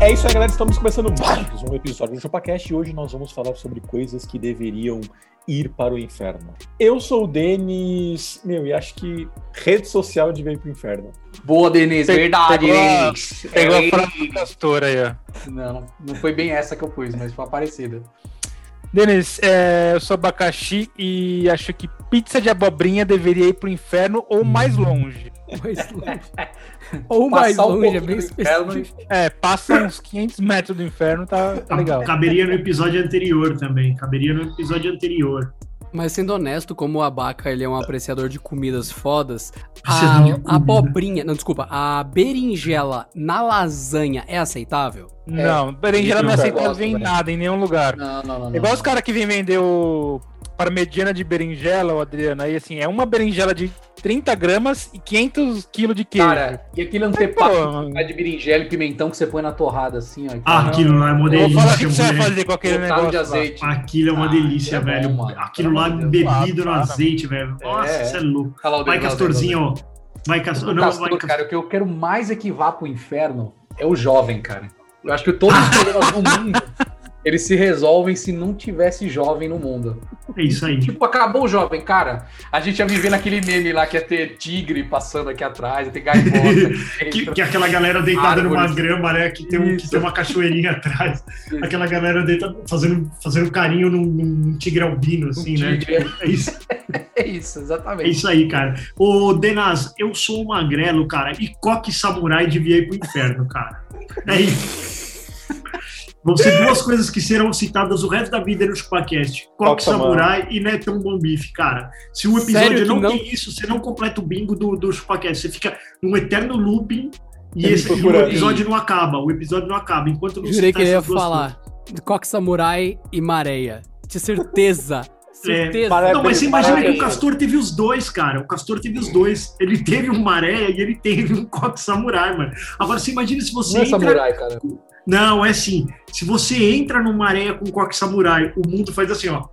É isso aí, galera. Estamos começando mais um episódio do ChupaCast e hoje nós vamos falar sobre coisas que deveriam ir para o inferno. Eu sou o Denis, meu, e acho que rede social devia ir para o inferno. Boa, Denise, Pe- verdade, pegou a- Denis. Pegou Ei. a frase do pastor aí, ó. Não, não foi bem essa que eu pus, mas foi uma parecida. Denis, é, eu sou abacaxi e acho que pizza de abobrinha deveria ir pro inferno ou mais Hum. longe. mais longe. Ou mais Passar um longe, é pouquinho bem do inferno. específico. É, passa uns 500 metros do inferno, tá, tá legal. É. Caberia no episódio anterior também. Caberia no episódio anterior. Mas sendo honesto, como o Abaca ele é um apreciador de comidas fodas, Apreciador de a, comida. a abobrinha, não, desculpa, a berinjela na lasanha é aceitável? Não, berinjela não é Eu aceitável gosto, em velho. nada, em nenhum lugar. Não, não, não. É igual os caras que vêm vender o parmegiana de berinjela, o Adriano, aí assim, é uma berinjela de 30 gramas e 500 quilos de queijo. Cara, e aquele antepasto tá Pô, de berinjela e pimentão que você põe na torrada assim, ó. que Ah, tá aquilo lá é uma eu vou delícia. falar o que que você vai mulher. fazer com aquele lotado negócio de lá. azeite. Aquilo é uma Ah, delícia, é bom, velho. mano. Aquilo lá Pelo amor de Deus. bebido no Ah, para. azeite, velho. Nossa, É. você é louco. Fala o Vai, Denis, Castorzinho, ó. Vai, O Castor. Denis. Não, Castor, vai, Castor. cara, o que eu quero mais é que vá pro inferno é o jovem, cara. Eu acho que todos os problemas do mundo, eles se resolvem se não tivesse jovem no mundo. É isso aí. Tipo, acabou o jovem, cara. A gente ia viver naquele meme lá que ia ter tigre passando aqui atrás, ia ter gaivota. aqui Que, dentro. que é aquela galera deitada numa Árvores. grama, né? Que tem, um- que Isso. tem uma cachoeirinha atrás. Aquela galera deitada fazendo, fazendo carinho num, num tigre albino, Um assim, né? tigre. É isso. É isso, É exatamente. isso aí, cara. Ô, Denaz, eu sou um magrelo, cara, e coque samurai devia ir pro inferno, cara. É isso. Vão ser duas coisas que serão citadas o resto da vida no Chupacast. Coque Coque Samurai. samurai e não é tão bom bife, cara. Se um Sério episódio que não, não? tem isso, você não completa o bingo do, do Chupacast. Você fica num eterno looping e, Ele esse, e o procurando. episódio não acaba. O episódio não acaba. Enquanto não Jurei que ele ia essas duas falar de coque samurai e maréia. De certeza. É, Certeza. É Maré- Não, mas você imagina que Parabéns. o Castor teve os dois, cara. O Castor teve os dois. Ele teve um maré e ele teve um coque samurai, mano. Agora você imagina se você Não é entra. samurai, cara. Não, é assim. Se você entra num maré com coque samurai, o mundo faz assim, ó.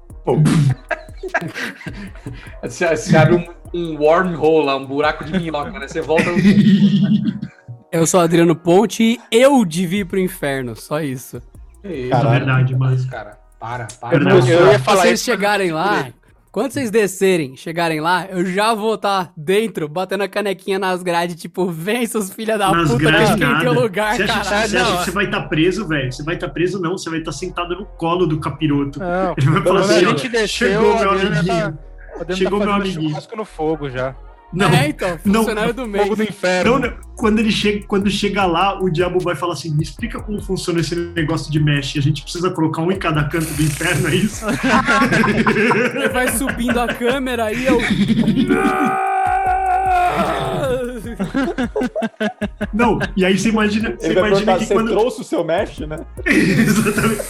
Você, você abre um, um wormhole lá, um buraco de minhoca, né? Você volta. no- É Eu sou Adriano Ponte e eu devia ir pro inferno, só isso. Que É isso, Caralho. Verdade, mas- Cara, para, para. Eu, eu ia falar vocês isso. chegarem lá, quando vocês descerem, chegarem lá, eu já vou estar dentro, batendo a canequinha nas grades, tipo, vem seus filha da Nas puta, grades, deixa em nada. teu um lugar, Você acha, que- caralho. você acha Não, que você vai estar preso, velho? Você vai estar preso, não. Você vai estar sentado no colo do capiroto. Não, Ele vai É. Pelo falar menos assim, a ó. gente desceu, Chegou, o meu Adriano já amiguinho. tá- o Adriano Chegou tá meu fazendo amiguinho. churrasco no fogo já. Não. É, então, Não. funcionário do mês. Fogo do Não, inferno. não. Quando ele chega, quando chega lá, o diabo vai falar assim: me explica como funciona esse negócio de mesh. A gente precisa colocar um em cada canto do inferno, é isso? Ele vai subindo a câmera e eu. Não, e aí você imagina, você Ele vai imagina perguntar, que você quando. trouxe o seu mesh, né? Exatamente.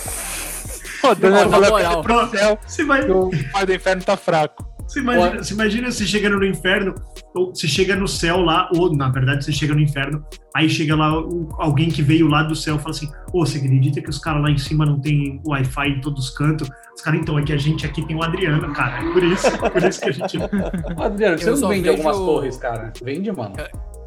Pô, Daniel, Não, na fala moral. pro céu Você, vai, que o pai do inferno tá fraco. você, imagina, você imagina você chegando no inferno, ou você chega no céu lá, ou na verdade você chega no inferno, aí chega lá o- alguém que veio lá do céu e fala assim: Ô, você acredita que os caras lá em cima não tem Wi-Fi em todos os cantos? Os caras, então, é que a gente aqui tem o Adriano, cara. É por isso, por isso que a gente. Adriano, você Eu não só vende vejo- algumas torres, cara. Vende, mano.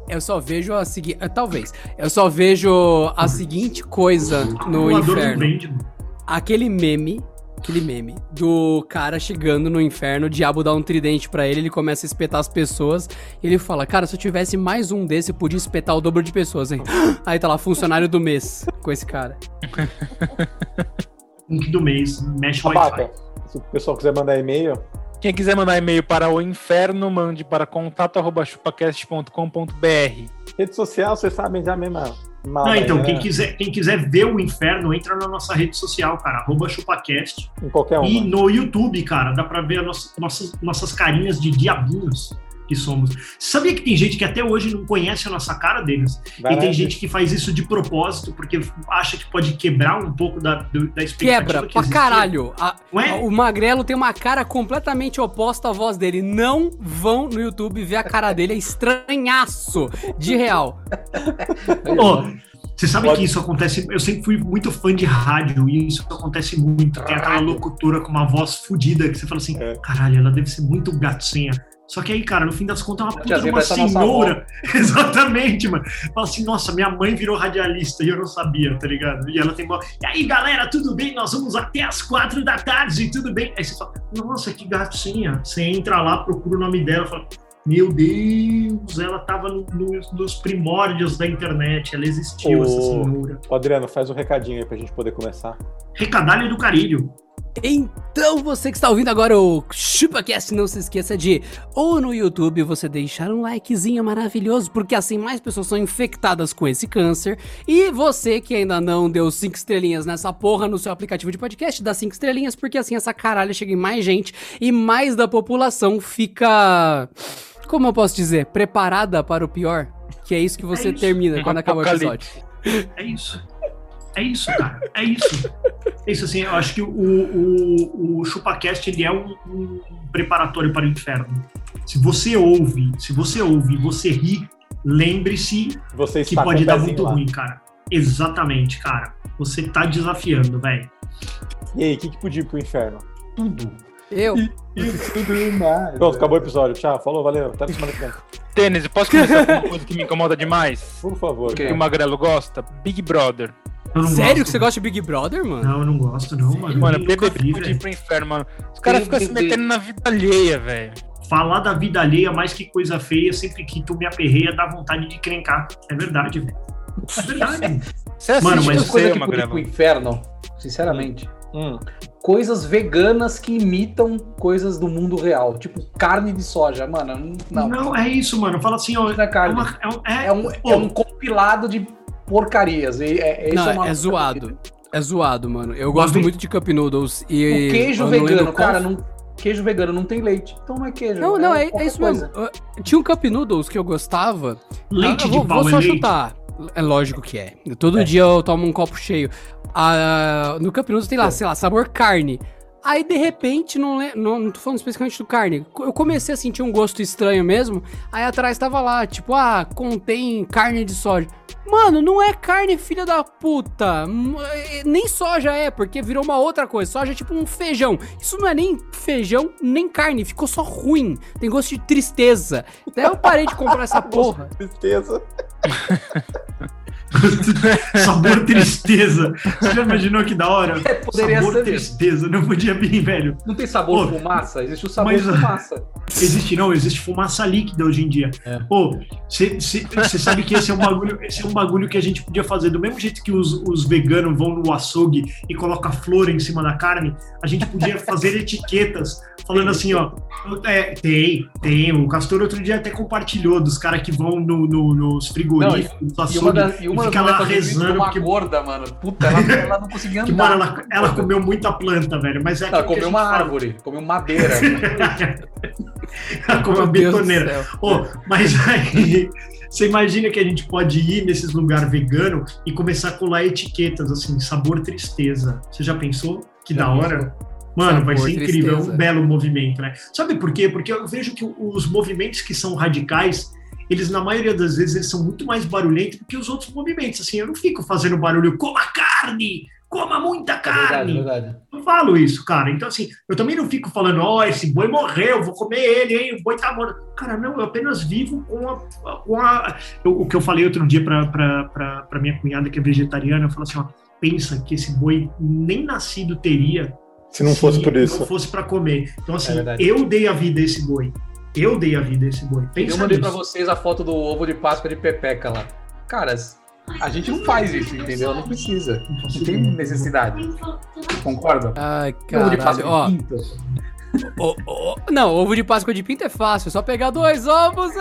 Eu só vejo a seguinte. Talvez. Eu só vejo a seguinte coisa no Voador não inferno. vende, mano. Aquele meme. Aquele meme do cara chegando no inferno, o diabo dá um tridente pra ele, ele começa a espetar as pessoas. E ele fala: Cara, se eu tivesse mais um desse, eu podia espetar o dobro de pessoas, hein? Aí tá lá, funcionário do mês com esse cara. Link do mês, mexe o Wi-Fi. Abaca, se o pessoal quiser mandar e-mail, Quem quiser mandar e-mail para o inferno, mande para contato.chupacast.com.br. rede social, vocês sabem já é mesmo. Não, né? então, é. quem quiser, quem quiser ver o inferno, entra na nossa rede social, cara, arroba chupacast. Em qualquer E uma. no YouTube, cara, dá pra ver a nossa- nossas, nossas carinhas de diabinhos. que somos. Sabia que tem gente que até hoje não conhece a nossa cara deles? E tem gente que faz isso de propósito, porque acha que pode quebrar um pouco da, do- da expectativa Quebra que pra existia. caralho. A- Não é? a- Ah, o Magrelo tem uma cara completamente oposta à voz dele. Não vão no YouTube ver a cara dele, é estranhaço. De real. Ó, você sabe Pode. que isso acontece. Eu sempre fui muito fã de rádio e isso acontece muito. Tem aquela locutora com uma voz fodida que você fala assim: É. caralho, ela deve ser muito gatinha. Só que aí, cara, no fim das contas, é uma puta de tiazinha uma parece a nossa senhora. Exatamente, mano. Fala assim: nossa, minha mãe virou radialista e eu não sabia, tá ligado? E ela tem uma. E aí, galera, tudo bem? Nós vamos até as quatro da tarde, tudo bem? Aí você fala: nossa, que gatinha. Você entra lá, procura o nome dela, fala: meu Deus, ela tava no- no- nos primórdios da internet, ela existiu, essa Ô. senhora. Ô, Adriano, faz um recadinho aí pra gente poder começar. Recadalho do carilho. Então, você que está ouvindo agora o ChupaCast, não se esqueça de, ou no YouTube, você deixar um likezinho maravilhoso, porque assim mais pessoas são infectadas com esse câncer. E você que ainda não deu cinco estrelinhas nessa porra no seu aplicativo de podcast, dá cinco estrelinhas, porque assim essa caralha chega em mais gente e mais da população fica. Como eu posso dizer? Preparada para o pior? Que é isso que você É isso. termina quando acaba o Apocalipse. episódio. É isso. É isso, cara. É isso. É isso, assim, eu acho que o, o, o ChupaCast, ele é um, um preparatório para o inferno. Se você ouve, se você ouve e você ri, lembre-se Você que está tá com pode o dar pezinho muito lá. ruim, cara. Exatamente, cara. Você tá desafiando, velho. E aí, o que, que podia ir pro inferno? Tudo. Eu. é Pronto, acabou o episódio. Tchau, falou, valeu. Até a semana que vem. Tênis, eu posso começar com uma coisa que me incomoda demais? Por favor. Ok. Que o Magrelo gosta? Big Brother. Eu não Sério gosto. que você gosta de Big Brother, mano? Não, eu não gosto, não, mano. Mano, Eu Uhum. BBB nunca podia vi, ir velho. pro inferno, mano. Os caras ficam se metendo na vida alheia, velho. Falar da vida alheia, mais que coisa feia, sempre que tu me aperreia, dá vontade de crencar. É verdade, velho. É verdade. Você assiste Mano, Mano, mas mas você, coisa que podia ir Magrelo? pro inferno, sinceramente. Hum, Coisas veganas que imitam coisas do mundo real. Tipo, carne de soja, mano. Não, Não. não. é isso, mano. Fala assim, ó. Na É, carne. uma- é um- é- É um, pô, é um compilado de porcarias. E é, é, isso Não, é uma- é zoado. É zoado, mano. Eu gosto Mas- muito de Cup Noodles e. O queijo eu não vegano, lembro qual- cara, não, queijo vegano não tem leite. Então não é queijo. Não, não, é, é qualquer isso coisa. mesmo. Eu- Tinha um Cup Noodles que eu gostava. leite um- eu vou, de pau vou é só leite. chutar. É lógico que é. Todo dia eu tomo um copo cheio. Ah, no Cup Noodles tem É. lá, sei lá, sabor carne. Aí, de repente, não, le- não, não tô falando especificamente do carne. Eu comecei a sentir um gosto estranho mesmo. Aí atrás tava lá, tipo, ah, contém carne de soja. Mano, não é carne, filha da puta. Hum, eh, Nem soja é, porque virou uma outra coisa. Soja é tipo um feijão. Isso não é nem feijão, nem carne. Ficou só ruim. Tem gosto de tristeza. Daí eu parei de comprar essa porra. tristeza. Sabor tristeza. Você já imaginou que da hora? É, poderia Sabor ser mesmo. tristeza. Não podia vir, velho. Não tem sabor Ô, fumaça? Existe o sabor mas- fumaça. Existe, não, existe fumaça líquida hoje em dia. É. Pô, você sabe que esse é, um bagulho, esse é um bagulho que a gente podia fazer. Do mesmo jeito que os, os veganos vão no açougue e colocam flor em cima da carne, a gente podia fazer etiquetas falando assim, ó. é, tem, tem. O Castor outro dia até compartilhou dos caras que vão no- no- nos frigoríficos, nos E uma açougue, das e uma das e fica mulheres lá fazendo isso rezando. era uma porque- gorda, mano. Puta, ela, ela não conseguia que, mano, andar. ela, ela comeu muita planta, velho. Mas é Ela aquilo que comeu a uma gente fala. árvore, comeu madeira. Ela comeu uma Meu Deus do betoneira. céu. Ô, mas aí, você imagina que a gente pode ir nesses lugares vegano e começar a colar etiquetas, assim, sabor tristeza. Você já pensou? Que Já da hora. Mano, vai Sabor ser incrível, é tristeza. um belo movimento, né? Sabe por quê? Porque eu vejo que os movimentos que são radicais, eles, na maioria das vezes, eles são muito mais barulhentos do que os outros movimentos. Assim, eu não fico fazendo barulho, coma carne! Coma muita É verdade, carne! é verdade. Eu falo isso, cara. Então, assim, eu também não fico falando, ó, esse boi morreu, vou comer ele, hein, o boi tá morto. Cara, não, eu apenas vivo com a. Com a... Eu- o que eu falei outro dia pra, pra, pra, pra minha cunhada, que é vegetariana, eu falo assim, ó, pensa que esse boi nem nascido teria Se não fosse por Se não isso. fosse pra comer. Então, assim, É verdade. eu dei a vida a esse boi. Eu dei a vida a esse boi. Pensa Eu mandei pra nisso. vocês a foto do ovo de Páscoa de Pepeca lá. Caras, a gente não faz isso, entendeu? Não precisa. Não tem necessidade. Concorda? Ai, Ovo de Páscoa é caralho. de pinto. Ó, ó, ó, não, ovo de Páscoa de pinto é fácil. É só pegar dois ovos.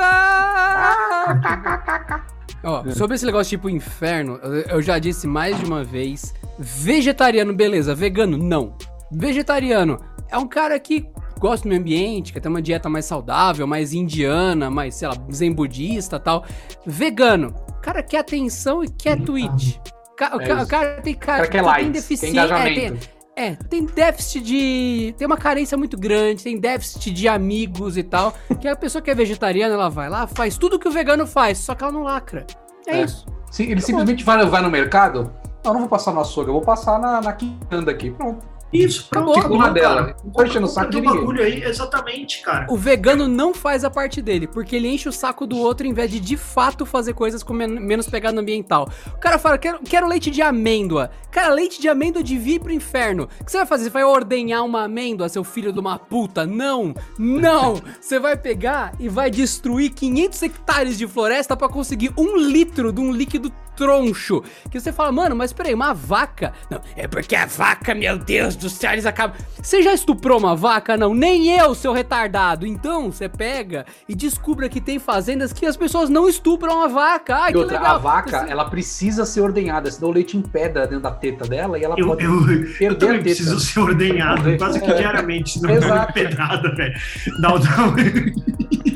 ah! Ó, sobre esse negócio tipo inferno, eu- eu já disse mais de uma vez. Vegetariano, beleza. Vegano, não. Vegetariano é um cara que gosto do meio ambiente, quer ter uma dieta mais saudável, mais indiana, mais, sei lá, zen budista tal. Vegano. O cara quer atenção e quer Hum, tweet. Ca- o, É ca- isso. o cara tem, O cara, cara quer tem likes, tem tá deficiência. é, tem- engajamento. é, tem déficit de. Tem uma carência muito grande, tem déficit de amigos e tal. Que a pessoa que é vegetariana, ela vai lá, faz tudo que o vegano faz, só que ela não lacra. É, É. isso. Tá Sim, ele simplesmente vai, vai no mercado. Não, não vou passar no açougue, eu vou passar na, na quitanda aqui. Pronto. Isso, pronto. Acabou, Ficou na dela. Não tô enchendo o saco Tem de um ninguém. bagulho aí, exatamente, cara. O vegano não faz a parte dele, porque ele enche o saco do outro em vez de de fato fazer coisas com men- menos pegada ambiental. O cara fala, quero, quero leite de amêndoa. Cara, leite de amêndoa devia ir pro inferno. O que você vai fazer? Você vai ordenhar uma amêndoa, seu filho de uma puta? Não! Não! Você vai pegar e vai destruir 500 hectares de floresta pra conseguir um litro de um líquido troncho. Que você fala, mano, mas peraí, uma vaca? Não, é porque a vaca, meu Deus do céu, eles acabam. Você já estuprou uma vaca? Não, nem eu, seu retardado. Então, você pega e descubra que tem fazendas que as pessoas não estupram a vaca. Ai, E que outra, legal. a vaca, é Você- ela precisa ser ordenhada, senão o leite empedra dentro da teta dela e ela Eu, pode eu, eu perder a também teta. preciso ser ordenhado, quase que diariamente, não é Exato. pedrada, velho. Dá um o- dá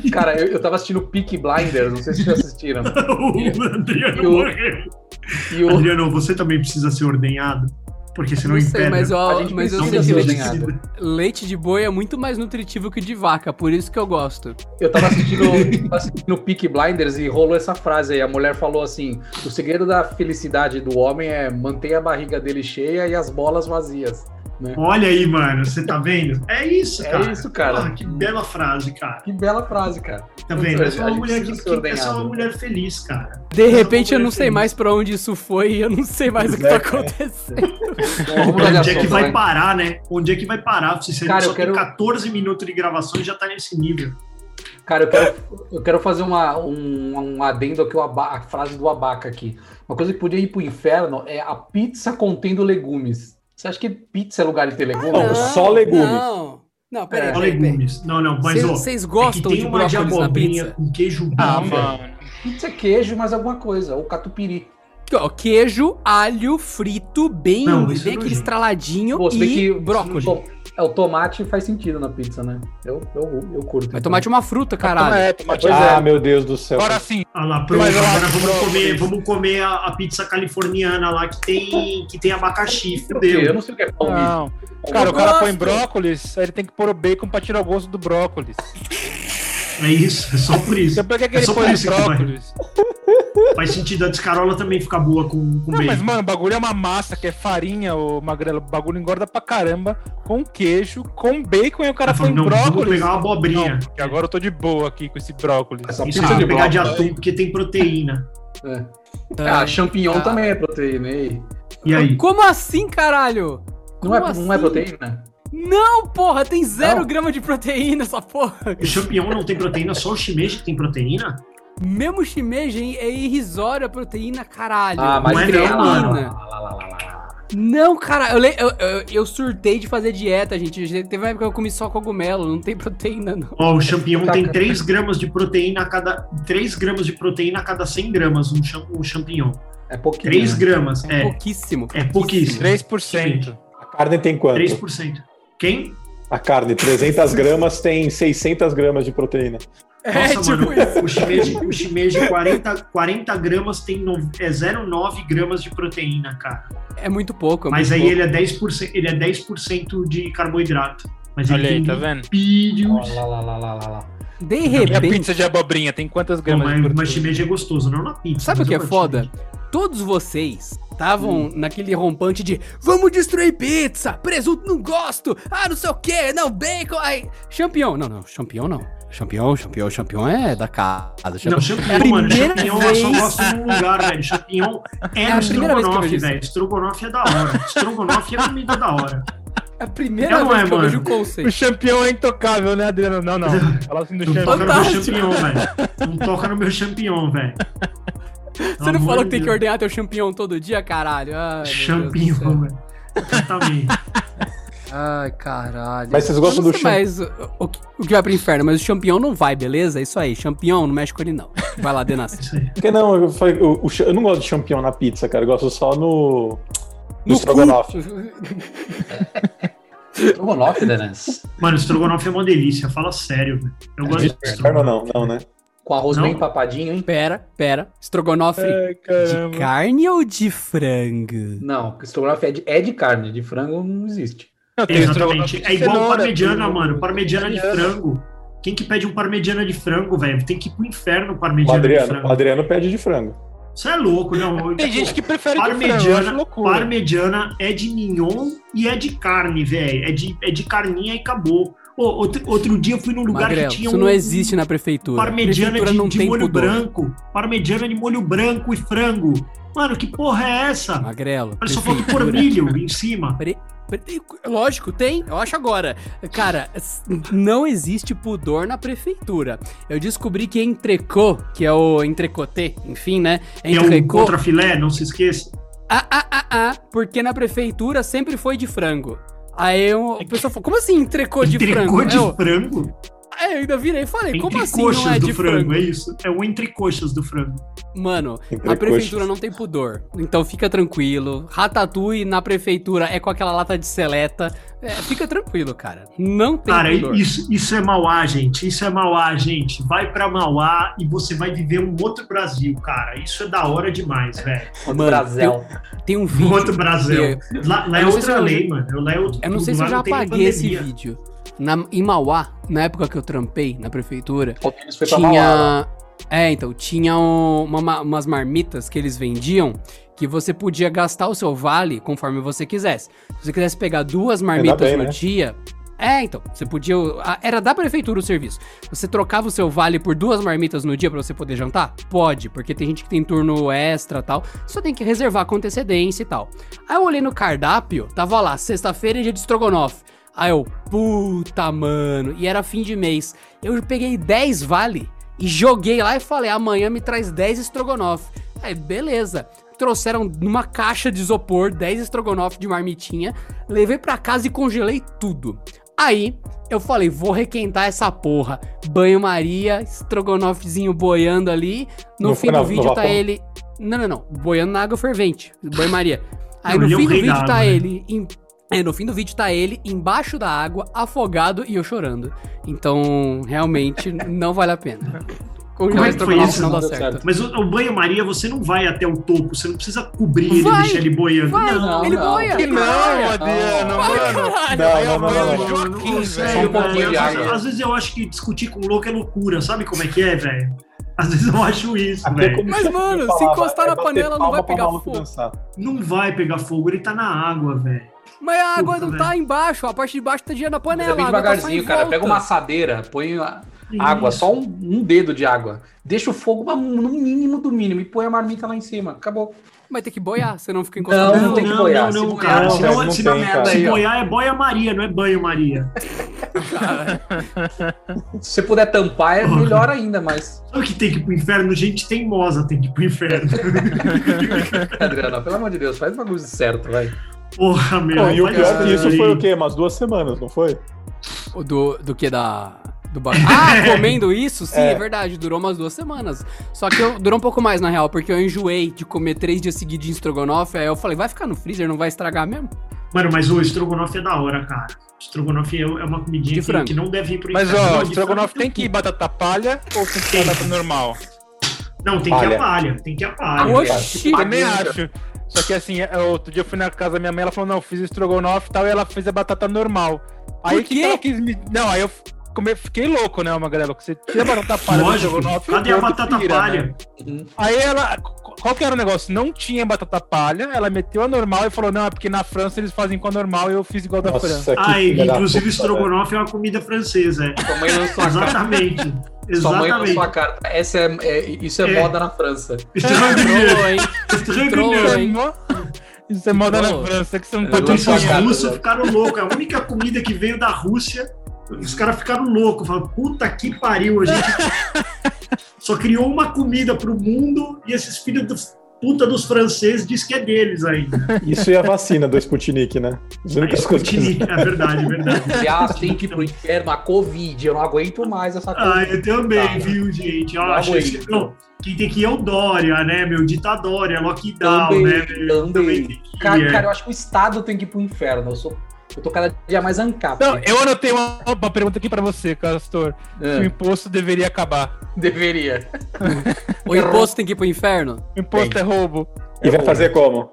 Cara, eu, eu tava assistindo Peak Blinders, não sei se vocês assistiram. o- o Adriano Eu- morreu. E o, Adriano, você também precisa ser ordenhado, porque senão Não sei, impede. mas, ó, a gente mas eu precisa de sei que ordenhado. leite, leite de boi é muito mais nutritivo que o de vaca, por isso que eu gosto. Eu tava assistindo, tava assistindo Peak Blinders e rolou essa frase aí. A mulher falou assim: o segredo da felicidade do homem é manter a barriga dele cheia e as bolas vazias. Olha aí, mano, você tá vendo? É isso, É cara. é isso, cara. Porra, que bela frase, cara. Que bela frase, cara. Tá vendo? É só Então, A uma gente mulher, que, precisa ser que- é só uma ordenhado. mulher feliz, cara. De repente eu não mulher sei feliz. mais pra onde isso foi e eu não sei mais o que tá É. acontecendo. Vamos olhar Onde é só, que tá vai vendo? parar, né? Onde é que vai parar? Se você Cara, só eu quero- tem 14 minutos de gravação e já tá nesse nível. Cara, eu quero, eu quero fazer uma, um, um adendo aqui, o aba- a frase do abaca aqui. Uma coisa que podia ir pro inferno é a pizza contendo legumes. Você acha que pizza é lugar de ter legumes? Não, só legumes. Não, não, peraí. É, Só peraí, peraí. legumes. Não, não, mas ó. Vocês é que gostam tem de uma de brócolis na abobrinha pizza? com queijo Ah, brie, velho. mano. Pizza é queijo, mais alguma coisa, ou catupiry. Que, ó, Queijo, alho frito, bem, Não, isso bem é aquele nojento. estraladinho Pô, se bem e que brócolis. Bom, é, o tomate faz sentido na pizza, né? Eu, eu, eu curto. Mas tomate é uma fruta, Toma- caralho. é, tomate. Pois ah, é. meu Deus do céu. Agora sim, Ah lá, pronto, Mas, ó, agora vamos comer, brócolis. vamos comer a, a pizza californiana lá que tem, que tem um abacaxi, Por quê? Eu fudeu. não sei o que é Ah, palmito. não. Cara, o Eu cara gosto. põe brócolis, aí ele tem que pôr o bacon pra tirar o gosto do brócolis. É isso, é só por isso. Então por que, que É ele só põe por isso que vai. brócolis? Faz sentido a descarola também ficar boa com, com Não, mas, bacon. mano, o bagulho é uma massa que é farinha, ô magrelo. O bagulho engorda pra caramba, com queijo, com bacon, e o cara Tá põe falando, não, vamos brócolis. pegar uma abobrinha. Não, porque agora eu tô de boa aqui com esse brócolis. Essa Isso pizza tem de que pegar de brócolis. atum, porque tem proteína. É. Tá. Ah, champignon Ah. também é proteína, hein? E aí? Como assim, caralho? Não é, Como não é assim? proteína? Não, porra, tem zero Não? grama de proteína essa porra. O champignon não tem proteína, só o shimeji tem proteína? Mesmo shimeji hein, é irrisória a proteína, caralho. Ah, mas Não é tem não, mano. Proteína. Não, cara, eu, le- eu, eu, eu surtei de fazer dieta, gente. Teve uma época que eu comi só cogumelo, não tem proteína, não. Ó, o champignon Tá, tem cara. 3 gramas de proteína a cada. 3 gramas de proteína a cada 100 gramas, um, cham, um champignon. É pouquinho. 3 né? gramas, um é. Pouquíssimo. É pouquíssimo. 3%. A carne tem quanto? 3%. Quem? A carne, 300 gramas, tem 600 gramas de proteína. É, Nossa, tipo mano, isso. o shimeji, o shimeji 40, 40 gramas tem no, é 0,9 gramas de proteína, cara. É muito pouco. é Mas muito aí pouco. ele é 10%, ele é 10% de carboidrato. Mas ele Olha aí, tem um tá vendo? pilhos. Ó, Lá, lá, lá, lá, lá, lá. é De E a repente, pizza de abobrinha tem quantas Pô, gramas de mas, mas proteína? shimeji é gostoso, não na pizza. Sabe mas o que eu é gosto foda? de shimeji. todos vocês estavam Hum. naquele rompante de vamos destruir pizza, presunto não gosto, ah, não sei o que, não, bacon, ai, champignon. Não, não, champignon não. Champignon, champignon, champignon é da casa. Não, champignon. champignon, mano. primeira Champignon eu vez- só gosto num lugar, velho. Champignon é, É no a primeira vez que eu estrogonofe, vejo isso. velho. Estrogonofe é da hora. Estrogonofe é comida da hora. É a primeira Não vez é, que eu vejo o mano. O conceito. champião é intocável, né, Adriano? Não, não. Fala assim do Não champião. toca no meu Fantástico. champignon, velho. Não toca no meu champignon, velho. Você não falou que tem que ordenhar teu champignon todo dia, caralho? Ai, meu Deus do céu. Champignon, velho. Exatamente. Ai, caralho. Mas vocês gostam Eu não do sei mais o, o que- o que vai pro inferno, mas o champignon não vai, beleza? É isso aí, champignon não mexe com ele não. Vai lá, Denassi. Isso aí. Por que não? Eu, falei, o- o cha- eu não gosto de champignon na pizza, cara. Eu gosto só no. No No estrogonofe. cu. Estrogonofe, Dennis. Mano, estrogonofe é uma delícia, fala sério. velho. Eu É gosto de Inferno não, não, né? Com arroz Não. bem papadinho, hein? Pera, pera. Estrogonofe É, de carne ou de frango? Não, porque estrogonofe é de, é de carne, de frango não existe. Não, tem estrogonofe Exatamente. de É igual cenoura, parmegiana, tem- um mano. Parmegiana de frango. Quem que pede um parmegiana de frango, velho? Tem que ir pro inferno parmegiana de Adriano, frango. Adriano pede de frango. Isso é louco, não. Tem gente que prefere de frango, eu acho Parmegiana, loucura. parmegiana é de mignon e é de carne, velho. É de, é de carninha e acabou. Ô, outro, outro dia eu fui num lugar Magrelo, que tinha um isso não existe na prefeitura. parmegiana prefeitura de, não de tem molho pudor. branco. Parmegiana de molho branco e frango. Mano, que porra é essa? Magrelo, Olha, só falta o prefeitura. fornilho em cima. Tem- Lógico, tem, eu acho agora. Cara, s- não existe pudor na prefeitura. Eu descobri que entrecô, que é o entrecotê, enfim, né? Que é um Entrecô. contra filé, não se esqueça. Ah, ah, ah, ah, porque na prefeitura sempre foi de frango. Aí eu, o pessoal falou, como assim entrecô de É Entrecô frango? de Eu, frango? aí eu ainda virei e falei, como assim Entrecoxas não é do de frango, frango? é isso. É o entrecoxas do frango. Mano, Entre a prefeitura coxas. não tem pudor. Então fica tranquilo. Ratatouille na prefeitura é com aquela lata de seleta. É, fica tranquilo, cara. Não tem Cara, pudor. isso, isso é Mauá, gente. Isso é Mauá, gente. Vai pra Mauá e você vai viver um outro Brasil, cara. Isso é da hora demais, velho. Mano, Mano, Brasil. Tem um Um vídeo. outro Brasil. Lá, lá Eu é não sei se outra eu- lei, mano. Lá é outro Eu não sei tudo. se eu Lá já não tem apaguei esse pandemia. vídeo. Na, em Mauá, na época que eu trampei na prefeitura, O Pires foi pra Mauá. tinha. É, então, tinha um- uma ma- umas marmitas que eles vendiam que você podia gastar o seu vale conforme você quisesse. Se você quisesse pegar duas marmitas bem, no né? dia. É, então, você podia. ah, Era da prefeitura o serviço. Você trocava o seu vale por duas marmitas no dia pra você poder jantar? Pode, porque tem gente que tem turno extra e tal. Só tem que reservar com antecedência e tal. Aí eu olhei no cardápio, tava lá, sexta-feira é dia de estrogonofe. Aí eu, puta mano, e era fim de mês. Eu peguei 10 vale e joguei lá e falei, amanhã me traz 10 estrogonofe. Aí, beleza. Trouxeram numa caixa de isopor 10 estrogonofe de marmitinha, levei pra casa e congelei tudo. Aí eu falei, vou requentar essa porra. Banho-maria, estrogonofezinho boiando ali. No Não fim foi do na- no vídeo tá vapor? ele. Não, não, não. Boiando na água fervente. Banho-maria. Aí Não, no ele é fim um do rei vídeo da tá água, né? ele. em- É, no fim do vídeo tá ele embaixo da água, afogado e eu chorando. Então, realmente, não vale a pena. Como Congelar é que foi estrogonofe isso? não Não dá deu certo. Mas o, o banho-maria, você não vai até o topo. Você não precisa cobrir ele, Vai, deixar ele boiando. Vai, Não, ele não. boia. Que não, Boia. Adriano, Vai, mano. caralho. Não, Aí não, não, eu mando não, o não. Joaquim, Só velho. um pouquinho velho. de Às- água. Às vezes eu acho que discutir com louco é loucura. Sabe como é que é, velho? Às vezes eu acho isso, velho. Mas, mano, se encostar na panela, não vai pegar fogo. Não vai pegar fogo, ele tá na água, velho. Mas a água Puta, não velho. tá embaixo, a parte de baixo tá girando na Mas panela. é bem a água tá só em devagarzinho, cara. volta. Pega uma assadeira, põe a- água, só um, um dedo de água. Deixa o fogo mas no mínimo do mínimo e põe a marmita lá em cima. Acabou. Mas tem que boiar, você não fica Não, encostado. Não, não, tem que não, boiar, não, se boiar, cara. não, senão- velho, não senão- tem, merda cara. Se aí, ó. boiar é boia-maria, não é banho-maria. Se você puder tampar, é melhor ainda, mas. Sabe o que tem que ir pro inferno? Gente teimosa tem que ir pro inferno. Adriana, pelo amor de Deus, faz o bagulho certo, vai. Porra, meu. e o vai pior é que isso aí. foi o quê? Umas duas semanas, não foi? O Do, do que da. Do ba- ah, comendo isso? Sim, é. verdade. Durou umas duas semanas. Só que eu, durou um pouco mais, na real, porque eu enjoei de comer três dias seguidos de estrogonofe. Aí eu falei, vai ficar no freezer, não vai estragar mesmo? Mano, mas o estrogonofe é da hora, cara. Estrogonofe é é uma De comidinha que, frango. que não deve ir pro Mas, inferno. Não, ó, de estrogonofe frango tem que ir batata palha ou tem que ir batata normal? Não, tem que Palha. a palha. Tem que a Ah, palha. Oxi! Também acho. Só que assim, é, outro dia eu fui na casa da minha mãe, ela falou, não, fiz estrogonofe e tal, e ela fez a batata normal. Aí Por o que quê? que ela quis me... Não, aí eu f- come- fiquei louco, né, Magrelo? que Você tira a batata palha né, do estrogonofe... Lógico. o Cadê a ponto batata pira, né? palha? Aí ela... Qual que era o negócio? Não tinha batata palha, ela meteu a normal e falou, não, é porque na França eles fazem com a normal e eu fiz igual da França. Ah, e filha da inclusive puta, estrogonofe é uma comida francesa. é. Sua mãe lançou a carta. Exatamente. Sua mãe lançou a Exatamente. carta. Essa é, é- isso é, É. moda na França. Estrogonofe. Trollou, hein? Estrogonofe. Trollou, Isso é, hein? mó- isso é moda Não. na França, que você não Eu pode Enquanto isso, Lançou a os sonhar. carta, russos velho. ficaram loucos. A única comida que veio da Rússia, os caras ficaram loucos. Falaram, puta que pariu, a gente só criou uma comida pro mundo e esses filhos dos puta dos franceses diz que é deles ainda. Isso e a vacina do Sputnik, né? As únicas coisas que Sputnik, é verdade, é verdade. Aliás, "Ah, tem que ir pro inferno, a Covid. Eu não aguento mais essa coisa. Ah, eu também, Cara, viu, gente? Eu Logo acho aí, esse- viu? não, quem tem que ir é o Dória, né, meu? Ditadória, lockdown, Também, né? meu? também. tem que ir, Cara, é. cara, eu acho que o Estado tem que ir pro inferno. Eu sou Eu tô cada dia mais ancap. Não, eu anotei uma, uma pergunta aqui pra você, Castor. Se o Ah, imposto deveria acabar. deveria. O imposto tem que ir pro inferno? O imposto é roubo. E vai fazer como?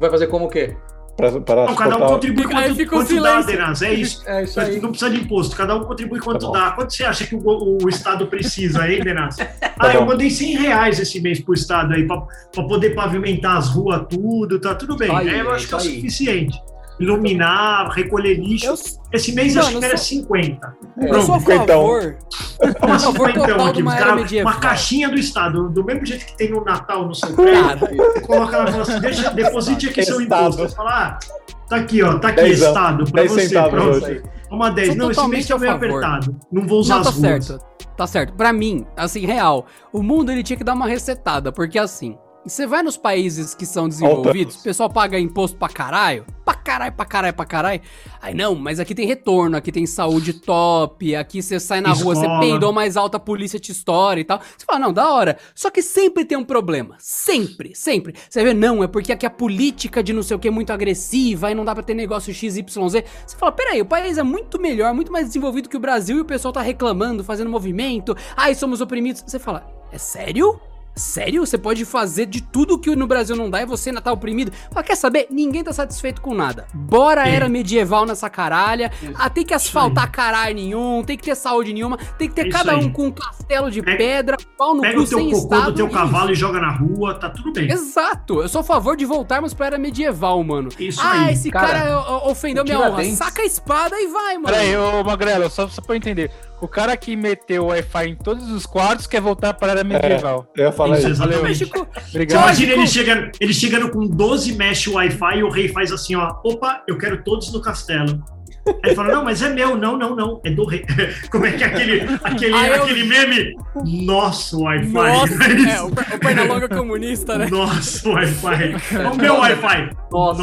Vai fazer como o quê? Pra, pra Não, cada um suportar- contribui Aí quanto, fica o quanto dá, silêncio. Denas. É isso. É isso Mas aí. Tá não precisa de imposto, cada um contribui quanto bom. dá. Quanto você acha que o, go- o Estado precisa, hein, Denas? Tá ah, eu bom. mandei 100 reais esse mês pro Estado aí, pra, pra poder pavimentar as ruas, tudo, tá tudo bem. Aí, né? Eu é acho que é o isso aí. suficiente. Iluminar, recolher lixo. Eu, Esse mês Mano, acho que eu era sou- 50. eu sou a Cinquentão. favor. Uma favor, 50 Então, total aqui, de uma os era caras- medieval. uma caixinha do Estado, do mesmo jeito que tem no Natal, no São Paulo. Cara, Coloca lá e fala assim: deixa, deposite aqui seu Estado. imposto. Fala, ah, tá aqui, ó, tá aqui, Dezão. Estado, pra 10 você. centavos Pronto. hoje. Toma 10. Sou Não, esse mês totalmente tá a meio favor. apertado. Não vou usar Não, tá as ruas. certo. Tá certo. Pra mim, assim, real, o mundo ele tinha que dar uma resetada, porque assim, você vai nos países que são desenvolvidos, Voltamos. o pessoal paga imposto pra caralho, pra caralho, pra caralho, pra caralho. Aí não, mas aqui tem retorno, aqui tem saúde top, aqui você sai na rua, você Escola. peidou mais alta, a polícia te estoura e tal. Você fala, não, da hora. Só que sempre tem um problema. Sempre, sempre. Você vê, não, é porque aqui a política de não sei o que é muito agressiva, aí não dá pra ter negócio XYZ. Você fala, peraí, o país é muito melhor, muito mais desenvolvido que o Brasil e o pessoal tá reclamando, fazendo movimento, ai, somos oprimidos. Você fala, é sério? Sério? Você pode fazer de tudo que no Brasil não dá e você ainda tá oprimido? Fala, quer saber? Ninguém tá satisfeito com nada. Bora a era medieval nessa caralha. Ah, tem que asfaltar caralho nenhum, tem que ter saúde nenhuma, tem que ter É isso cada um aí. com um castelo de Pega- pedra, pau no Pega cu o teu sem cocô estado. do teu e- cavalo e joga na rua, tá tudo bem. Exato. Eu sou a favor de voltarmos pra era medieval, mano. Isso Ah, aí. esse Cara, cara, o- o- ofendeu o minha honra. Tiradentes- Saca a espada e vai, mano. Peraí, ô Magrelo, só, só pra eu entender. O cara que meteu o Wi-Fi em todos os quartos quer voltar pra era medieval. Eu ia falar Isso, isso. O exatamente. México, Você Obrigado. imagina ele chegando, ele chegando com 12 mesh Wi-Fi e o rei faz assim, ó. Opa, eu quero todos no castelo. Aí ele fala, não, mas é meu, não, não, não, é do rei. Como é que é aquele, aquele, Ah, eu- aquele meme? Nosso Wi-Fi. nossa, Não isso? é, o, o Pernalonga comunista, né? Nosso Wi-Fi. "É O meu Wi-Fi. Nossa,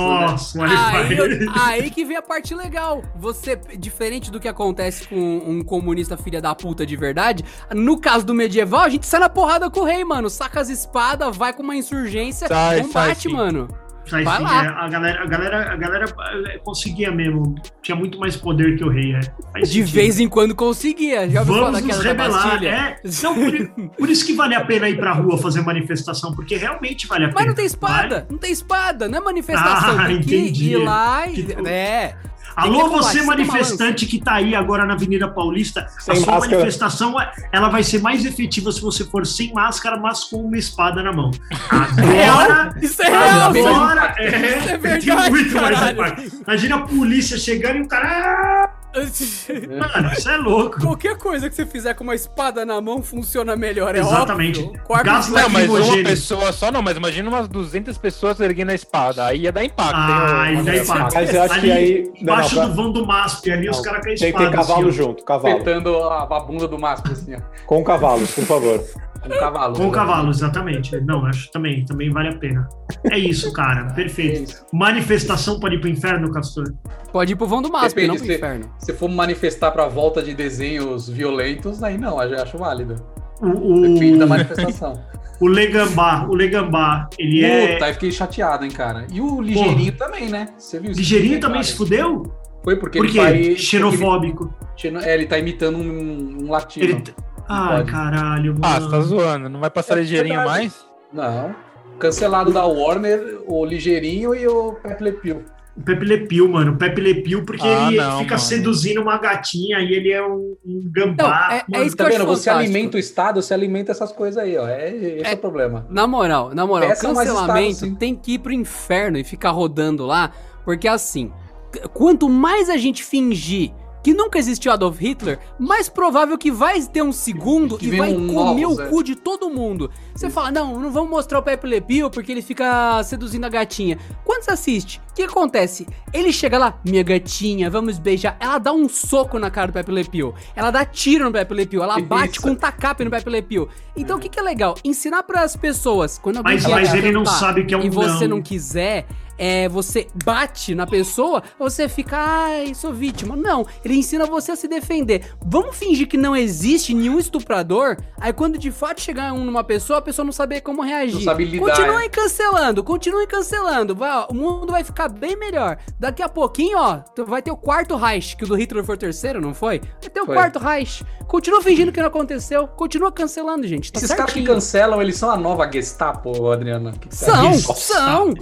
Nosso Aí, Wi-Fi. aí que vem a parte legal. Você, diferente do que acontece com um comunista filha da puta de verdade, no caso do medieval, a gente sai na porrada com o rei, mano. Saca as espadas, vai com uma insurgência, Sai, sai, combate, sim. mano. Sai Vai sim, lá. é, a, galera, a, galera, a galera eh, conseguia mesmo. Tinha muito mais poder que o rei. É. Faz De sentido. vez em quando conseguia. Já ouviu falar Vamos da nos queda da rebelar. Bastilha? É. Não, por, por isso que vale a pena ir pra rua fazer manifestação, porque realmente vale a pena. Mas não tem espada, Vale. não tem espada, não é manifestação. Ah, tem que entendi. ir lá e. Que- É. Alô, que combate, você tem que ter manifestante que tá aí agora na Avenida Paulista, Sem a sua máscara. manifestação é, ela vai ser mais efetiva se você for sem máscara, mas com uma espada na mão. Agora. Isso é real, velho. Agora é, Isso tem é verdade, muito mais caralho. impacto. Imagina a polícia chegando e o cara. "Ah, Mano, isso é louco. Qualquer coisa que você fizer com uma espada na mão funciona melhor, é Exatamente. óbvio. Com arco Gasto de- Não, mas uma Lacrimogêneo. pessoa só não, mas imagina umas 200 pessoas erguendo a espada. Aí ia dar um- impacto. Ah, hein, ô, e daí Magrelo? impacto. Mas eu acho que aí. Não, não, Embaixo pra- do vão do MASP ali, os Não, caras com Tem a espada. que ter cavalo assim, junto, cavalo. Apertando a, a bunda do Máscara, assim, ó. Com cavalos, por favor. Com o cavalo. né? ó. Com o Um cavalo, exatamente. Não, acho também, também vale a pena. É isso, cara. Perfeito. Se Manifestação pode ir pro inferno, Castor. Pode ir pro vão do MASP, Depende, não pro se- inferno. se for manifestar pra volta de desenhos violentos, aí não, eu já acho válido. O, Depende da o, manifestação. o Legambá, o Legambá, ele Puta, é. aí fiquei chateado, hein, cara. E o Ligeirinho também, né? Você viu isso? Ligeirinho também Cara, se fudeu? Foi porque Por ele quê? vai. Xenofóbico. porque ele- É, ele tá imitando um, um latino. Ele. Ah, pode. caralho, Ah, você tá mano. zoando. Não vai passar É ligeirinho verdade. mais? Não. Cancelado da Warner, o Ligeirinho e o Pepe Le Pew. O Pepe Lepil, mano. O Pepe Lepil, porque Ah, ele não, fica mano. seduzindo uma gatinha e ele é um, um gambá. Não, é- é Mano, isso que Tá eu vendo? acho Você fantástico. alimenta o Estado, você alimenta essas coisas aí, ó. É, esse é, o problema. Na moral, na moral, Peça mais cancelamento estado, sim. tem que ir pro inferno e ficar rodando lá, porque assim, c- quanto mais a gente fingir que nunca existiu Adolf Hitler, mais provável que vai ter um segundo Que e vem vai um comer novos, o é. cu de todo mundo. Você fala, não, não vamos mostrar o Pepe Le Pew porque ele fica seduzindo a gatinha. Quando você assiste, o que acontece? Ele chega lá, minha gatinha, vamos beijar. Ela dá um soco na cara do Pepe Le Pew. Ela dá tiro no Pepe Le Pew. Ela bate Isso. com um tacape no Pepe Le Pew. Então o que, que é legal? Ensinar para as pessoas quando alguém Mas, vier mas ele não cantar sabe que é um e você não não. quiser, é, você bate na pessoa, você fica, ai, sou vítima. Não, ele ensina você a se defender. Vamos fingir que não existe nenhum estuprador, aí quando de fato chegar um numa pessoa, a pessoa não saber como reagir. Não sabe lidar, é. continuem cancelando, continuem cancelando. Vai, ó, o mundo vai ficar bem melhor. Daqui a pouquinho, ó, tu- vai ter o quarto Reich, que o do Hitler foi o terceiro, não foi? Vai ter o Foi. quarto Reich. Continua fingindo que não aconteceu, continua cancelando, gente. Tá Esses caras que certinho. cancelam, eles são a nova Gestapo, Adriana. O que que você acha? São, Nossa. são,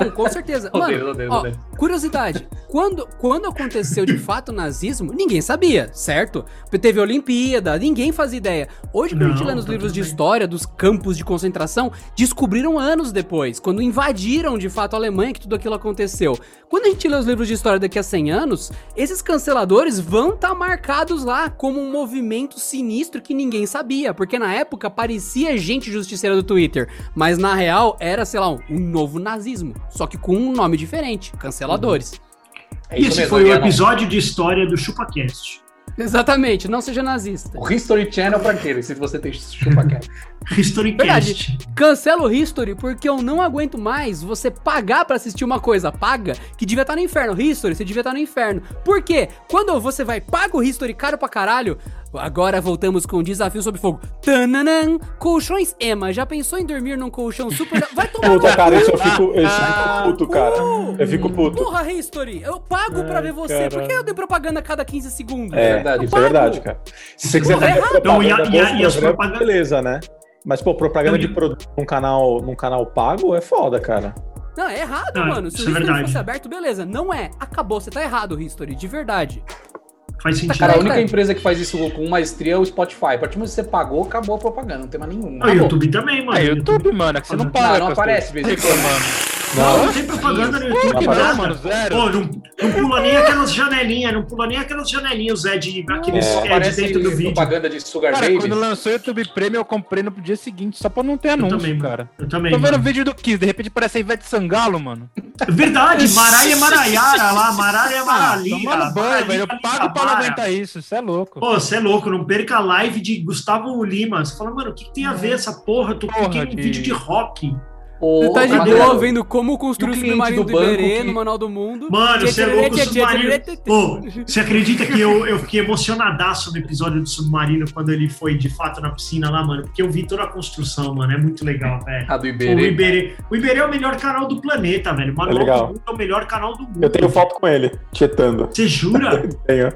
são, com certeza. Meu Mano, Deus, Oh, meu Deus, ó, meu Deus. curiosidade, quando, quando aconteceu de fato o nazismo, ninguém sabia, certo? Teve Olimpíada, ninguém fazia ideia. Hoje, quando a gente Não, lê nos tá livros tudo de bem. história dos campos de concentração, descobriram anos depois, quando invadiram de fato a Alemanha que tudo aquilo aconteceu. Quando a gente lê os livros de história daqui a 100 anos, esses canceladores vão estar marcados lá como um movimento sinistro que ninguém sabia, porque na época parecia gente justiceira do Twitter, mas na real era, sei lá, um, um novo nazismo, só que com um nome diferente, canceladores. É isso Esse mesmo, foi o Adriana. episódio de história do ChupaCast. Exatamente, não seja nazista. O History Channel pra aquele, se você tem chupaquete. HistoryCast. Cancela o History porque eu não aguento mais você pagar pra assistir uma coisa paga que devia estar no inferno. History, você devia estar no inferno. Por quê? Quando você vai paga o History caro pra caralho, agora voltamos com o desafio sobre fogo. Tananã! Colchões Emma, já pensou em dormir num colchão super... Vai tomar no Puta, cara, cu! isso eu fico, eu fico puto, cara. Eu fico puto. Porra, History, eu pago pra ver você. Por que eu dei propaganda a cada 15 segundos? É, verdade, isso é verdade, cara. Se você quiser Porra, fazer propaganda, Não, e a- e a- bom e as Hum. programa, propagandas- beleza, né? Mas, pô, propaganda Não, de produto num canal, num canal pago é foda, cara. Não, é errado, Não, mano. Se isso o é History verdade. fosse aberto, beleza. Não é. Acabou, você tá errado, History, de verdade. Faz sentido. Cara, Tá a Caralho, única cara. empresa que faz isso com maestria é o Spotify. A partir do momento que você pagou, acabou a propaganda, não tem mais nenhuma. Ah, o YouTube também, mano. É, YouTube, mano, é que você não Não, para. não com as aparece, coisas. de vez em quando. Reclamando. Não, não tem propaganda no Claro YouTube, que nada. não, mano, zero. Pô, não, não pula nem aquelas janelinhas, não pula nem aquelas janelinhas, Zé, de, aqueles É. é, de Aparece dentro do vídeo. propaganda de Sugar Cara, Babies. quando lançou o YouTube Premium, eu comprei no dia seguinte, só pra não ter Eu anúncio, também, mano. cara. Eu também. Tô vendo mano. vídeo do Kiss, de repente parece a Ivete Sangalo, mano. Verdade, Maraia é Maraiara lá, Maraia é Maralia. Tomando banho, velho. Eu pago pra não aguentar isso, isso é louco. tá Pô, você é louco, não perca a live de Gustavo Lima. Você fala, mano, o que, que tem a ver essa porra? Eu tô É. Porra, cliquei num de- vídeo de rock. O- Você tá de o- boa o- vendo como construir E o o cliente submarino do do banco Iberê que- no Manual do Mundo. Mano, você é louco, o submarino. Pô, você acredita que eu, eu fiquei emocionadaço no episódio do Submarino quando ele foi de fato na piscina lá, mano? Porque eu vi toda a construção, mano. É muito legal, velho. Ah, do O Iberê. Iberê, o Iberê é o melhor canal do planeta, velho. O Manual legal. do Mundo é o melhor canal do mundo. Eu tenho foto com ele, tietando. Você jura? Tenho.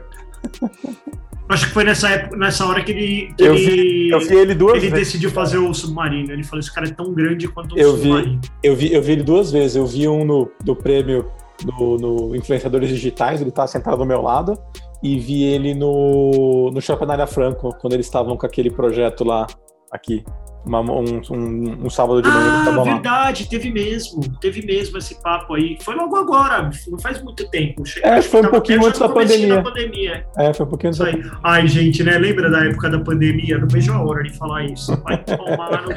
Acho que foi nessa, época, nessa hora que ele, que Eu ele, Eu vi ele duas ele vezes. decidiu fazer o Submarino. Ele falou, esse cara é tão grande quanto o Eu vi. Submarino. Eu vi, eu vi ele duas vezes. Eu vi um no, do prêmio do, no Influenciadores Digitais, ele tá sentado do meu lado. E vi ele no, no Shopping Anália Franco, quando eles estavam com aquele projeto lá, aqui. Uma- um, um- um sábado de manhã eles Ah, estavam lá. verdade, teve mesmo. Teve mesmo esse papo aí. Foi logo agora, não faz muito tempo. Che- É, acho que foi um tava pouquinho até antes já da no comecinho pandemia. da pandemia. É, foi um pouquinho Isso aí. Ai, gente, né? Lembra da época da pandemia? Não vejo a hora de falar isso. Vai tomar no...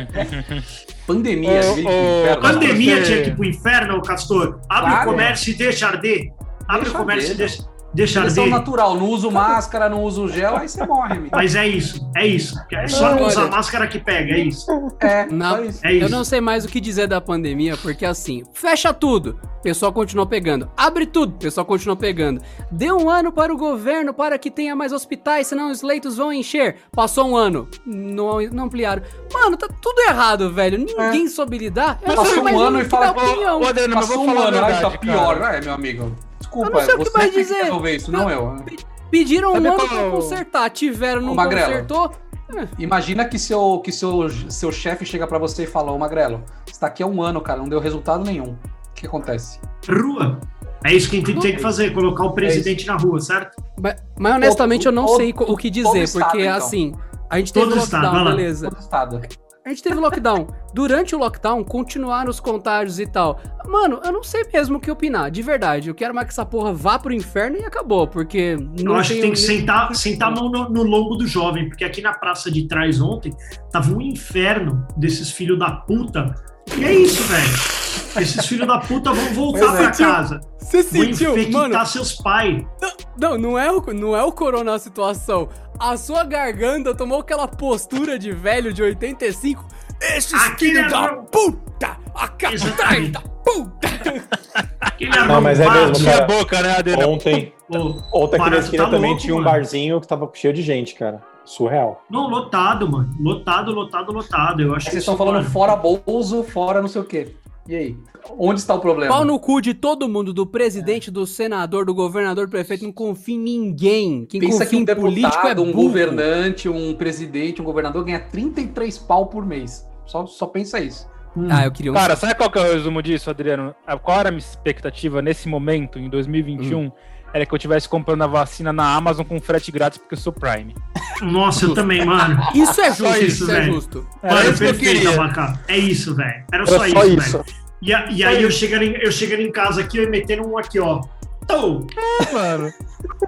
Pandemia. Ô, gente, ô, inferno. Pandemia Você- tinha que ir pro inferno, Castor. Abre Claro. o comércio e deixa arder. Abre Deixa o comércio arder, e deixa, deixa Seleção arder. natural, não uso máscara, não uso gel, aí você morre, amigo. Mas é isso, é isso. É só não Olha. usar máscara que pega, é isso. É, Não. só isso. É Eu isso. não sei mais o que dizer da pandemia, porque assim, fecha tudo, o pessoal continua pegando. Abre tudo, o pessoal continua pegando. Dê um ano para o governo para que tenha mais hospitais, senão os leitos vão encher. Passou um ano, não, não ampliaram. Mano, tá tudo errado, velho. Ninguém soube lidar. Eu não É. Passou sei um mais ano o e que fala, dar opinião. Ô, ô, Adriano, mas Passou vou um falar a ano, aí tá verdade, pior. cara. É, meu amigo. Desculpa, Eu não sei o que você mais tem dizer. resolver isso, não eu. né? Pediram Sabe um ano qual- para consertar, tiveram, não Ô, é Magrelo. consertou. Imagina que seu, que seu, seu chefe chega pra você e fala, ô Magrelo, você tá aqui há um ano, cara, não deu resultado nenhum. O que acontece? Rua. É isso que a gente tem que fazer, colocar o presidente na rua, certo? Mas, mas honestamente eu não Todo- sei co- o que todo dizer, estado, porque então. assim, a gente teve Todo estado, lockdown, vai lá. beleza. Todo estado. A gente teve lockdown. Durante o lockdown, continuaram os contágios e tal. Mano, eu não sei mesmo o que opinar, de verdade. Eu quero mais que essa porra vá pro inferno e acabou, porque não Eu um acho que tem que nem- sentar, sentar a mão no, no lombo do jovem, porque aqui na praça de trás ontem tava um inferno desses filhos da puta. E é isso, velho. Esses filhos da puta vão voltar Pois é. pra casa. Você Vão sentiu, infectar mano? seus pais. Não, não é, o, não é o corona a situação. A sua garganta tomou aquela postura de velho de 85. Esse Aqui filho é da meu- puta! A tá. catraia Exatamente. da puta! Aquele Não, mas é arrombado. mesmo, Tinha cara. a boca, né, Adriano? Ontem, Ô, ontem aqui na Barato esquina tá também louco, tinha um mano. barzinho que tava cheio de gente, cara. Surreal. Não, lotado, mano. Lotado, lotado, lotado. Eu acho Vocês isso, estão falando mano. fora Bolso, fora não sei o quê. E aí? Onde está o problema? Pau no cu de todo mundo, do presidente, do senador, do governador, do prefeito, não confia em ninguém. Quem Pensa confia que um em político deputado, é burro. um governante, um presidente, um governador ganha 33 pau por mês. Só, só pensa isso. Ah, eu queria um... Cara, sabe qual que é o resumo disso, Adriano? A- Qual era a minha expectativa nesse momento, em 2021? Era que eu estivesse comprando a vacina na Amazon com frete grátis porque eu sou Prime. Nossa, eu também, mano. Isso é Só justo, isso, isso, é velho. justo. Era Mano, isso que eu perfeito, queria. Abacá. É isso, velho. Era Era só, isso, velho. E, a- e aí eu chegando, em, eu chegando em casa aqui, eu metendo um aqui, ó. Tô, mano.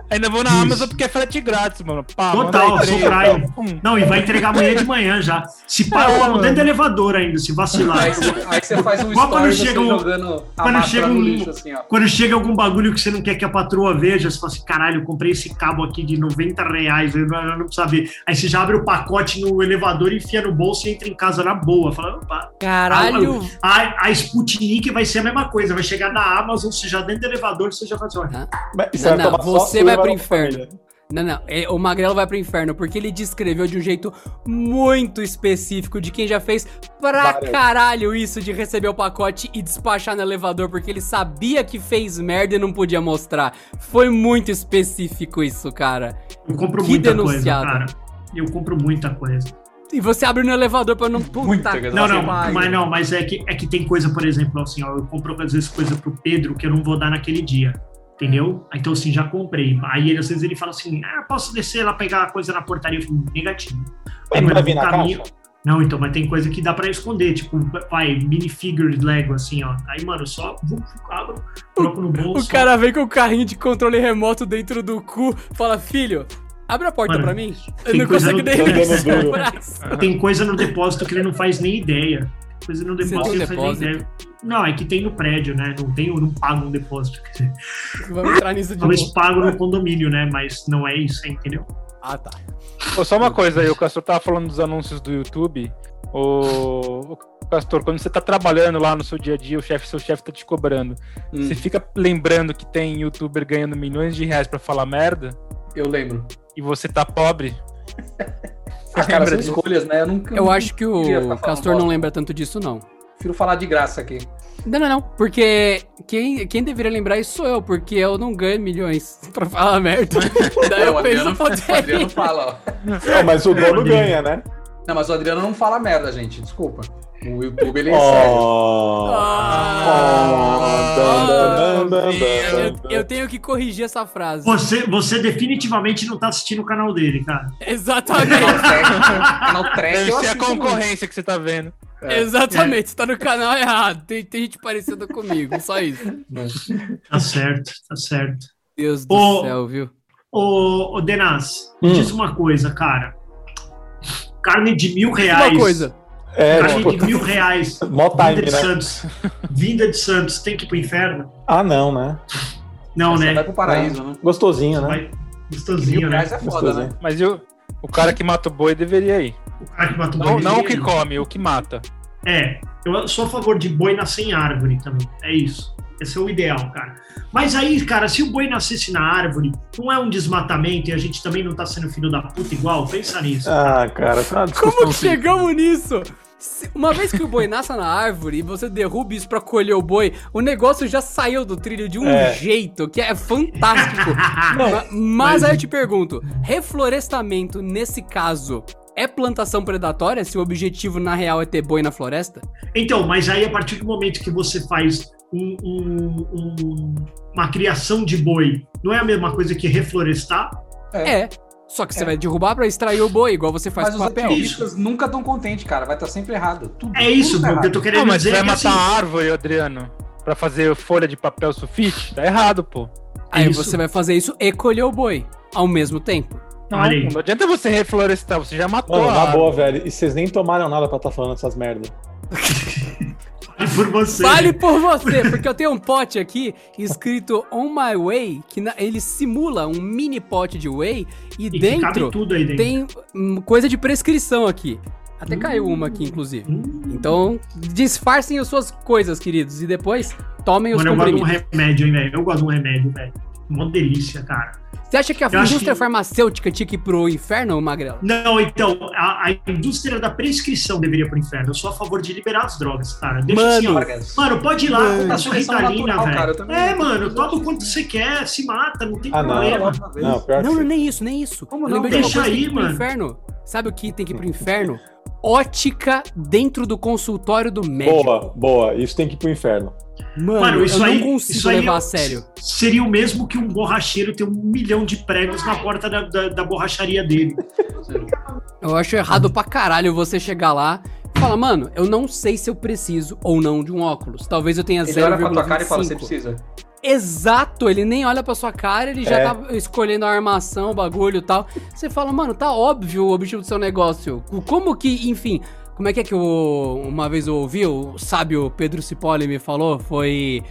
Ainda vou na Isso. Amazon porque é frete grátis, mano. Pá, Total, Ah, manda aí sou três, Prime. pá, um. Não, e vai entregar amanhã de manhã já. Se pá, É, eu falo mano. dentro do elevador ainda, se vacilar. Aí, você- aí você faz um Igual quando story chega você um- jogando a quando máscara chega no um- lixo, assim, ó. Quando chega algum bagulho que você não quer que a patroa veja, você fala assim, caralho, eu comprei esse cabo aqui de 90 reais, eu não, eu não precisa ver. Aí você já abre o pacote no elevador, enfia no bolso e entra em casa na boa. Fala, opa. Caralho. A, a Sputnik vai ser a mesma coisa, vai chegar na Amazon, você já dentro do elevador, você já faz assim, olha, Não, não, você vai pro inferno. Não, não, é, o Magrelo vai pro inferno, porque ele descreveu de um jeito muito específico de quem já fez pra Várias. caralho isso de receber o pacote e despachar no elevador, porque ele sabia que fez merda e não podia mostrar. Foi muito específico isso, cara. eu compro Que muita denunciado. coisa, cara. Eu compro muita coisa. E você abre no elevador pra não Muita, puta. cara. Não, Nossa, não, vai. mas não, mas é que, é que tem coisa, por exemplo, assim, ó, eu compro às vezes coisa pro Pedro que eu não vou dar naquele dia. Entendeu? Então, assim, já comprei. Aí ele, às vezes, ele fala assim: Ah, posso descer lá pegar a coisa na portaria? Eu falo, negativo. Aí, Mas não mano, vai vir no na caminho- caixa? Não, então, mas tem coisa que dá pra esconder, tipo, vai, minifigure Lego, assim, ó. Aí, mano, eu só vum, abro, coloco no bolso. O cara vem com o carrinho de controle remoto dentro do cu, fala, filho, abre a porta Mano, pra mim. Eu tem não coisa consigo no- nem tem coisa mexer no o duro. braço. Tem coisa no depósito que ele não faz nem ideia. Coisa no Você depósito que tem ele um não faz nem ideia. Não, é que tem no prédio, né? Não tem, eu não pago um depósito. Quer dizer, Vamos entrar nisso de Talvez novo. pago no condomínio, né? Mas não é isso, hein, entendeu? Ah, tá. Pô, só uma coisa aí, o Castor tava falando dos anúncios do YouTube. O, Castor, quando você tá trabalhando lá no seu dia a dia, o chefe, seu chefe tá te cobrando. Hum, Você fica lembrando que tem youtuber ganhando milhões de reais pra falar merda eu lembro. e você tá pobre. Ah, cara, lembra são disso? escolhas, né? Eu nunca. Eu acho que queria ficar o falando Castor não bosta. lembra tanto disso, não. Prefiro falar de graça aqui. Não, não, não. Porque quem, quem deveria lembrar isso sou eu, porque eu não ganho milhões pra falar merda. Daí eu É, o penso Adriano, o Adriano poder. fala, ó. Não, mas é o dono Olha. ganha, né? Não, mas o Adriano não fala merda, gente. Desculpa. O YouTube, ele é sério. Oh. Ah, Oh, dan, dan, dan, dan, Eu, dan. eu tenho que corrigir essa frase. Você, você definitivamente não tá assistindo o canal dele, cara. Exatamente, Canal trash- Canal trash, Deve É, eu é ser é a assisto muito. concorrência que você tá vendo. exatamente. Você tá no canal errado. Tem, tem gente parecida comigo, só isso. Tá certo, tá certo. Deus do Ô, céu, viu? Ô, ô Denaz, Hum. diz uma coisa, cara. Carne de mil reais. Uma coisa. É, Carne tipo, de mil reais. mó Vinda time, de né? Santos. Vinda de Santos. Tem que ir pro inferno? Ah, não, né? Não, Você vai né? pro paraíso, né? Gostosinho, né? Vai. Mil Gostosinho, né? reais é foda, né? Gostosinho. Mas e o, o cara que mata o boi deveria ir. O cara que mata um o Não, boi não o dele. que come, o que mata. É, eu sou a favor de boi nascer em árvore também. É isso. Esse é o ideal, cara. Mas aí, cara, se o boi nascesse na árvore, não é um desmatamento e a gente também não tá sendo filho da puta igual? Pensa nisso. Ah, cara, tá uma discussão Como que assim. chegamos nisso? Se- Uma vez que o boi nasce na árvore e você derruba isso pra colher o boi, o negócio já saiu do trilho de um É. jeito que é fantástico. Ma- mas aí eu te pergunto: reflorestamento, nesse caso, é plantação predatória se o objetivo na real é ter boi na floresta? Então, mas aí a partir do momento que você faz um- um- um- uma criação de boi, não é a mesma coisa que reflorestar? É. Só que você vai derrubar pra extrair o boi, igual você faz Mas com os papel. ativistas nunca estão contentes, cara. Vai estar sempre errado. Tudo, É isso, tudo tá meu, o que eu errado. tô querendo Não, mas você dizer vai é que assim, matar a árvore, Adriano, pra fazer folha de papel sulfite? Tá errado, pô. Aí isso. você vai fazer É isso e colher o boi ao mesmo tempo. Não, Olha aí. não adianta você reflorestar, você já matou Mano, a na árvore. boa, velho. E vocês nem tomaram nada pra estar falando essas merdas. vale assim, é por você. né? Fale por você, porque eu tenho um pote aqui escrito On My Way, que na- ele simula um mini pote de whey e, e que cabe dentro tudo aí dentro. tem hum, coisa de prescrição aqui. Até caiu uma aqui, inclusive. Hum. Então, disfarcem as suas coisas, queridos, e depois tomem os Mano, eu gosto de um comprimidos. remédio, hein, velho? Eu gosto de um remédio, velho. Uma delícia, cara. Você acha que a Eu acho indústria que- farmacêutica tinha que ir pro inferno, Magrela? Não, então, a, a indústria da prescrição deveria ir pro inferno. Eu sou a favor de liberar as drogas, cara. Deixa Mano. assim, ó. Vargas. Mano, pode ir lá, compra sua Prescrição ritalina, natural, cara, eu velho. também É, não- mano, toma o quanto você quer, se mata, não tem Ah, não. problema. Não, pior Não, que- não, nem isso, nem isso. Como Eu não? lembrei de uma Deixa coisa que aí, tem que ir pro mano. inferno. Sabe o que tem que ir pro inferno? Ótica dentro do consultório do é médico. Boa, boa. Isso tem que ir pro inferno. Mano, Mano, isso eu aí- não consigo isso aí levar eu- a sério. Seria o mesmo que um borracheiro ter um milhão de pregos na porta da, da- da borracharia dele. Eu acho errado pra caralho você chegar lá e falar, mano, eu não sei se eu preciso ou não de um óculos. Talvez eu tenha Ele olha pra 0,25. tua cara e fala, você precisa. Exato, ele nem olha pra sua cara, ele já É. tá escolhendo a armação, o bagulho e tal. Você fala, mano, tá óbvio o objetivo do seu negócio. Como que, enfim, como é que é que eu, uma vez eu ouvi, o sábio Pedro Cipolli me falou? Foi.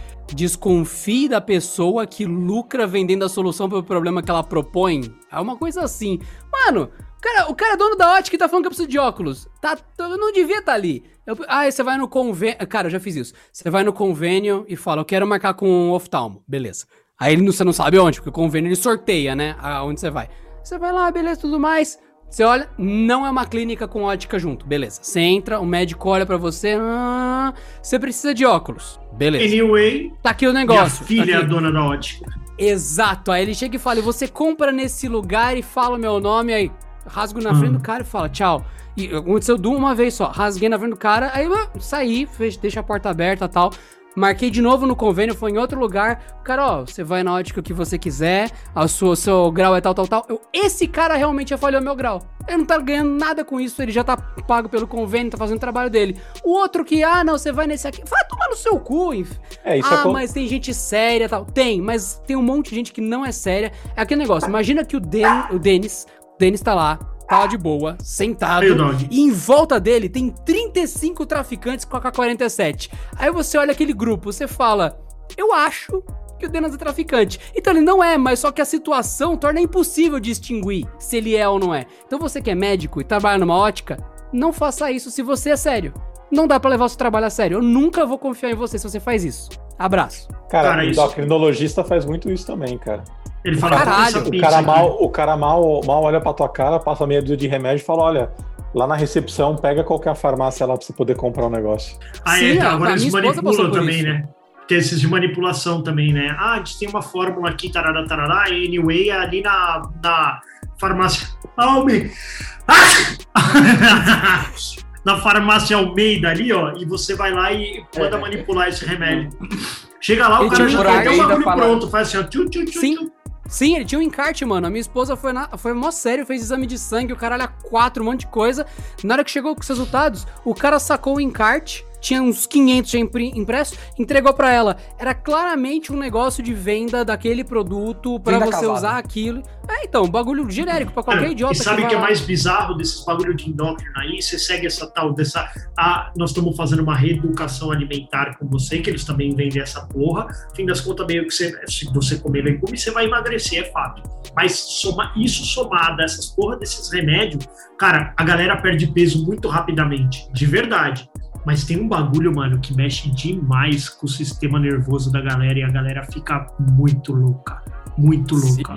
Desconfie da pessoa que lucra vendendo a solução pro problema que ela propõe. É uma coisa assim. Mano, o cara, o cara é dono da ótica e tá falando que eu preciso de óculos. Tá, t- eu não devia estar ali. Eu, ah, você vai no convênio. Cara, eu já fiz isso. Você vai no convênio e fala, eu quero marcar com um oftalmo. Beleza. Aí ele não- você não sabe onde, porque o convênio ele sorteia, né? Aonde você vai. Você vai lá, beleza, tudo mais. Você olha, não é uma clínica com ótica junto. Beleza. Você entra, o médico olha pra você. ah, você precisa de óculos. Beleza. Anyway, Tá aqui o minha negócio. tá filha é a aqui. dona da ótica. Exato. Aí ele chega e fala: e você compra nesse lugar e fala o meu nome, aí rasgo na Hum. frente do cara e fala tchau. E aconteceu de uma vez só. Rasguei na frente do cara, aí eu ah, saí, fech- deixa a porta aberta e tal. Marquei de novo no convênio, foi em outro lugar. O cara, ó, você vai na ótica que você quiser, a sua, seu grau é tal, tal, tal. Eu, esse cara realmente já falhou meu grau. Ele não tá ganhando nada com isso, ele já tá pago pelo convênio, tá fazendo o trabalho dele. O outro que, ah, não, você vai nesse aqui. Vai tomar no seu cu, enfim É, isso ah, é co- mas tem gente séria e tal. Tem, mas tem um monte de gente que não é séria. É aquele negócio. Imagina que o, Den, o Denis, o Denis tá lá, tá lá de boa, sentado. Aí o dog. E em volta dele tem 35 traficantes com AK-47. Aí você olha aquele grupo, você fala: Eu acho que o Denis é traficante. Então ele não é, mas só que a situação torna impossível distinguir se ele é ou não é. Então você que é médico e trabalha numa ótica, não faça isso se você é sério. Não dá pra levar o seu trabalho a sério. Eu nunca vou confiar em você se você faz isso. Abraço. Cara, Cara, o isso- endocrinologista faz muito isso também, cara. Ele fala, Caralho. "Come essa O pizza cara, aqui." mal, o cara mal, mal olha pra tua cara, passa meia dúzia de remédio e fala: olha, lá na recepção, pega qualquer farmácia lá pra você poder comprar um negócio. Ah, é, Sim, a- tá, agora a minha eles esposa passou manipulam por também, isso. né? Tem esses de manipulação também, né? Ah, a gente tem uma fórmula aqui, tarará, tarará, anyway, ali na, na farmácia Alme. Ah! na farmácia Almeida ali, ó, e você vai lá e manda manipular esse remédio. Chega lá, o Ele cara já tinha um tem até o Almeida bagulho falando. pronto, faz assim, ó, tchu, tchu, tchu, Sim. tchu. Sim, ele tinha um encarte, mano. A minha esposa foi, na, foi mó sério, fez exame de sangue, o caralho a quatro, um monte de coisa. Na hora que chegou com os resultados, o cara sacou o encarte, tinha uns 500 já impri- impresso, entregou pra ela. Era claramente um negócio de venda daquele produto pra Venda você casada. usar aquilo. É, então, bagulho genérico pra qualquer Cara, idiota e sabe o que é vai lá. mais bizarro desses bagulho de endócrino aí? Você segue essa tal dessa. Ah, nós estamos fazendo uma reeducação alimentar com você, que eles também vendem essa porra. Fim das contas, meio que você, se você comer legume, você vai emagrecer, é fato. Mas soma, isso somado a essas porra desses remédios, cara, a galera perde peso muito rapidamente, de verdade. Mas tem um bagulho, mano, que mexe demais com o sistema nervoso da galera e a galera fica muito louca. Muito louca.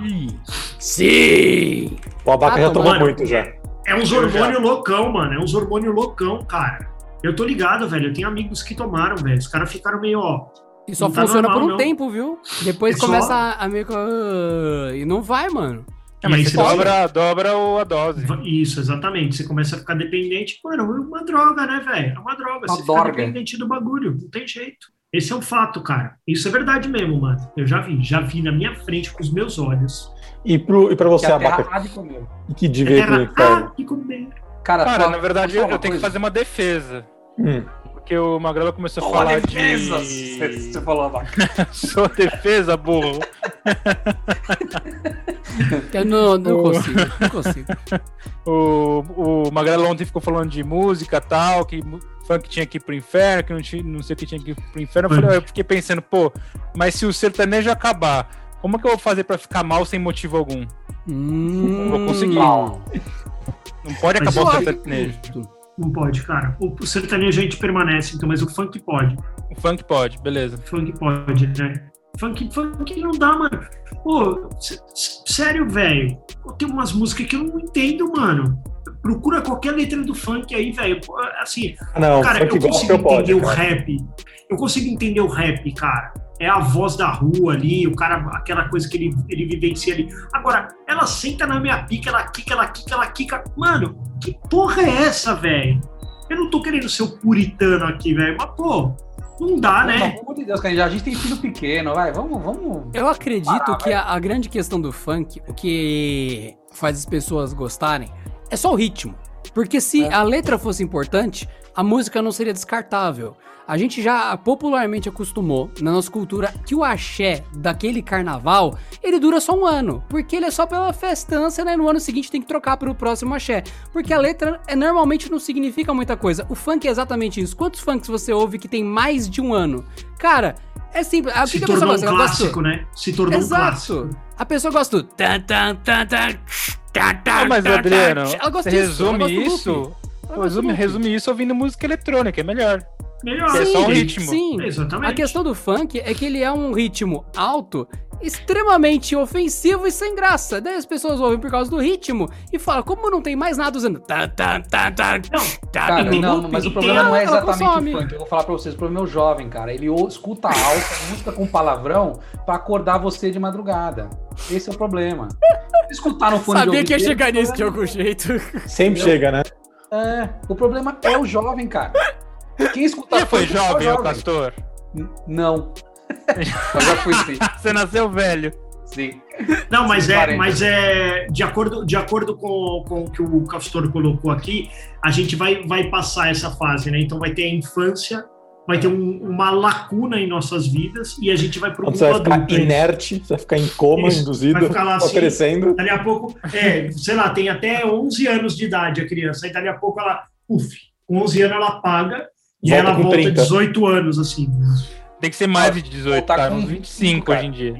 Sim! O abaca Ah, já não, tomou mano. muito já. É uns Eu já. hormônio loucão, mano. É uns hormônio loucão, cara. Eu tô ligado, velho. Eu tenho amigos que tomaram, velho. Os caras ficaram meio, ó. E só Não tá funciona por normal, um não. tempo, viu? Depois É só- começa a, a meio que. ah, E não vai, mano. É, E aí mas você você dobra- dobra, dobra o- a dose. Isso, exatamente. Você começa a ficar dependente. Mano, é uma droga, né, velho? É uma droga. Uma você dorga. fica dependente do bagulho. Não tem jeito. Esse é um fato, cara. Isso é verdade mesmo, mano. Eu já vi. Já vi na minha frente com os meus olhos. E, pro, e pra você, Que a abaca, terra há de comer. que devia ir pro Era, inferno? ah, e comer. Cara, Cara, só- na verdade, eu, só uma eu tenho que coisa. fazer uma defesa. Hum. Porque o Magrela começou a Só uma falar defesa. de... Você falou, vaca. Sua defesa, burro. Eu não, não Boa. consigo, não consigo. O, o Magrela ontem ficou falando de música e tal, que mu- funk tinha que ir pro inferno, que não, tinha, não sei o que tinha que ir pro inferno. Eu, falei, eu fiquei pensando, pô, mas se o sertanejo acabar, como é que eu vou fazer pra ficar mal sem motivo algum? Hum, Vou conseguir. Não Não pode Mas acabar o eu acho sertanejo. justo. Não pode, cara. O o sertanejo a gente permanece, então, mas o funk pode. O funk pode, beleza. Funk pode, né? Funk, funk não dá, mano. Pô, s- s- sério, velho. Tem umas músicas que eu não entendo, mano. Procura qualquer letra do funk aí, velho. Pô, Assim, Ah, Não, cara, eu funk consigo gospel pode. entender o cara. rap. Eu consigo entender o rap, cara. É a voz da rua ali, o cara, aquela coisa que ele, ele vivencia ali. Agora, ela senta na minha pica, ela quica, ela quica, ela quica. Mano, que porra é essa, velho? Eu não tô querendo ser o puritano aqui, velho. Mas, pô, não dá, né? Pelo amor de Deus, cara, a gente tem filho pequeno, vai, vamos, vamos. Eu acredito que a, a grande questão do funk, o que faz as pessoas gostarem, é só o ritmo. Porque se a letra fosse importante, a música não seria descartável. A gente já popularmente acostumou na nossa cultura que o axé daquele carnaval, ele dura só um ano, porque ele é só pela festança, né? No ano seguinte tem que trocar pro próximo axé, porque a letra é, normalmente não significa muita coisa. O funk é exatamente isso. Quantos funks você ouve que tem mais de um ano? Cara, é simples. Ah, o que Se que a pessoa tornou um gosta? Ela gosta- clássico, né? Se tornou um clássico. Exato. A pessoa gosta do. Tan, tan, tan, tan, tan, tan, Ah, mas, tan, Adriano, tan. Ela você gosta disso, ela resume gosta do loop. isso. Ela gosta do Resume, loop. resume isso ouvindo música eletrônica, é melhor. Melhor. É só um Sim, ritmo. Sim. Exatamente. A questão do funk é que ele é um ritmo alto, extremamente ofensivo e sem graça. Daí as pessoas ouvem por causa do ritmo e falam, como não tem mais nada usando. Tan, tan, tan, tan, Não, tan, Cara, tan, não, loop. mas o tem problema ela- não é ela exatamente consome. o funk. Eu vou falar pra vocês, o problema é o jovem, cara. Ele ou- escuta alta, música com palavrão, pra acordar você de madrugada. Esse é o problema. Escutar no fone de Sabia que ia ouvido é chegar dele, nisso de o algum jeito. Sempre Entendeu? chega, né? problema- É, o problema é o jovem, cara. Quem Tá, escuta Você foi funk é o jovem, ô Castor? N- Não. Eu já fui sim. Você nasceu velho. sim. Não, mas Sim, é, parênteses. mas é de acordo, de acordo com, com o que o Castor colocou aqui, a gente vai, vai passar essa fase, né? Então vai ter a infância, vai ter um- uma lacuna em nossas vidas e a gente vai para o Quando você mundo vai ficar adulto. é isso. inerte, você vai ficar em coma, Isso, induzido, vai ficar lá assim. oferecendo. Dali a pouco, é, sei lá, tem até 11 anos de idade a criança, e dali a pouco ela, uf, com 11 anos ela paga e Volta ela com volta 30. 18 anos, assim, Tem que ser mais de 18, Tá tá? com Uns 25 cara. hoje em dia.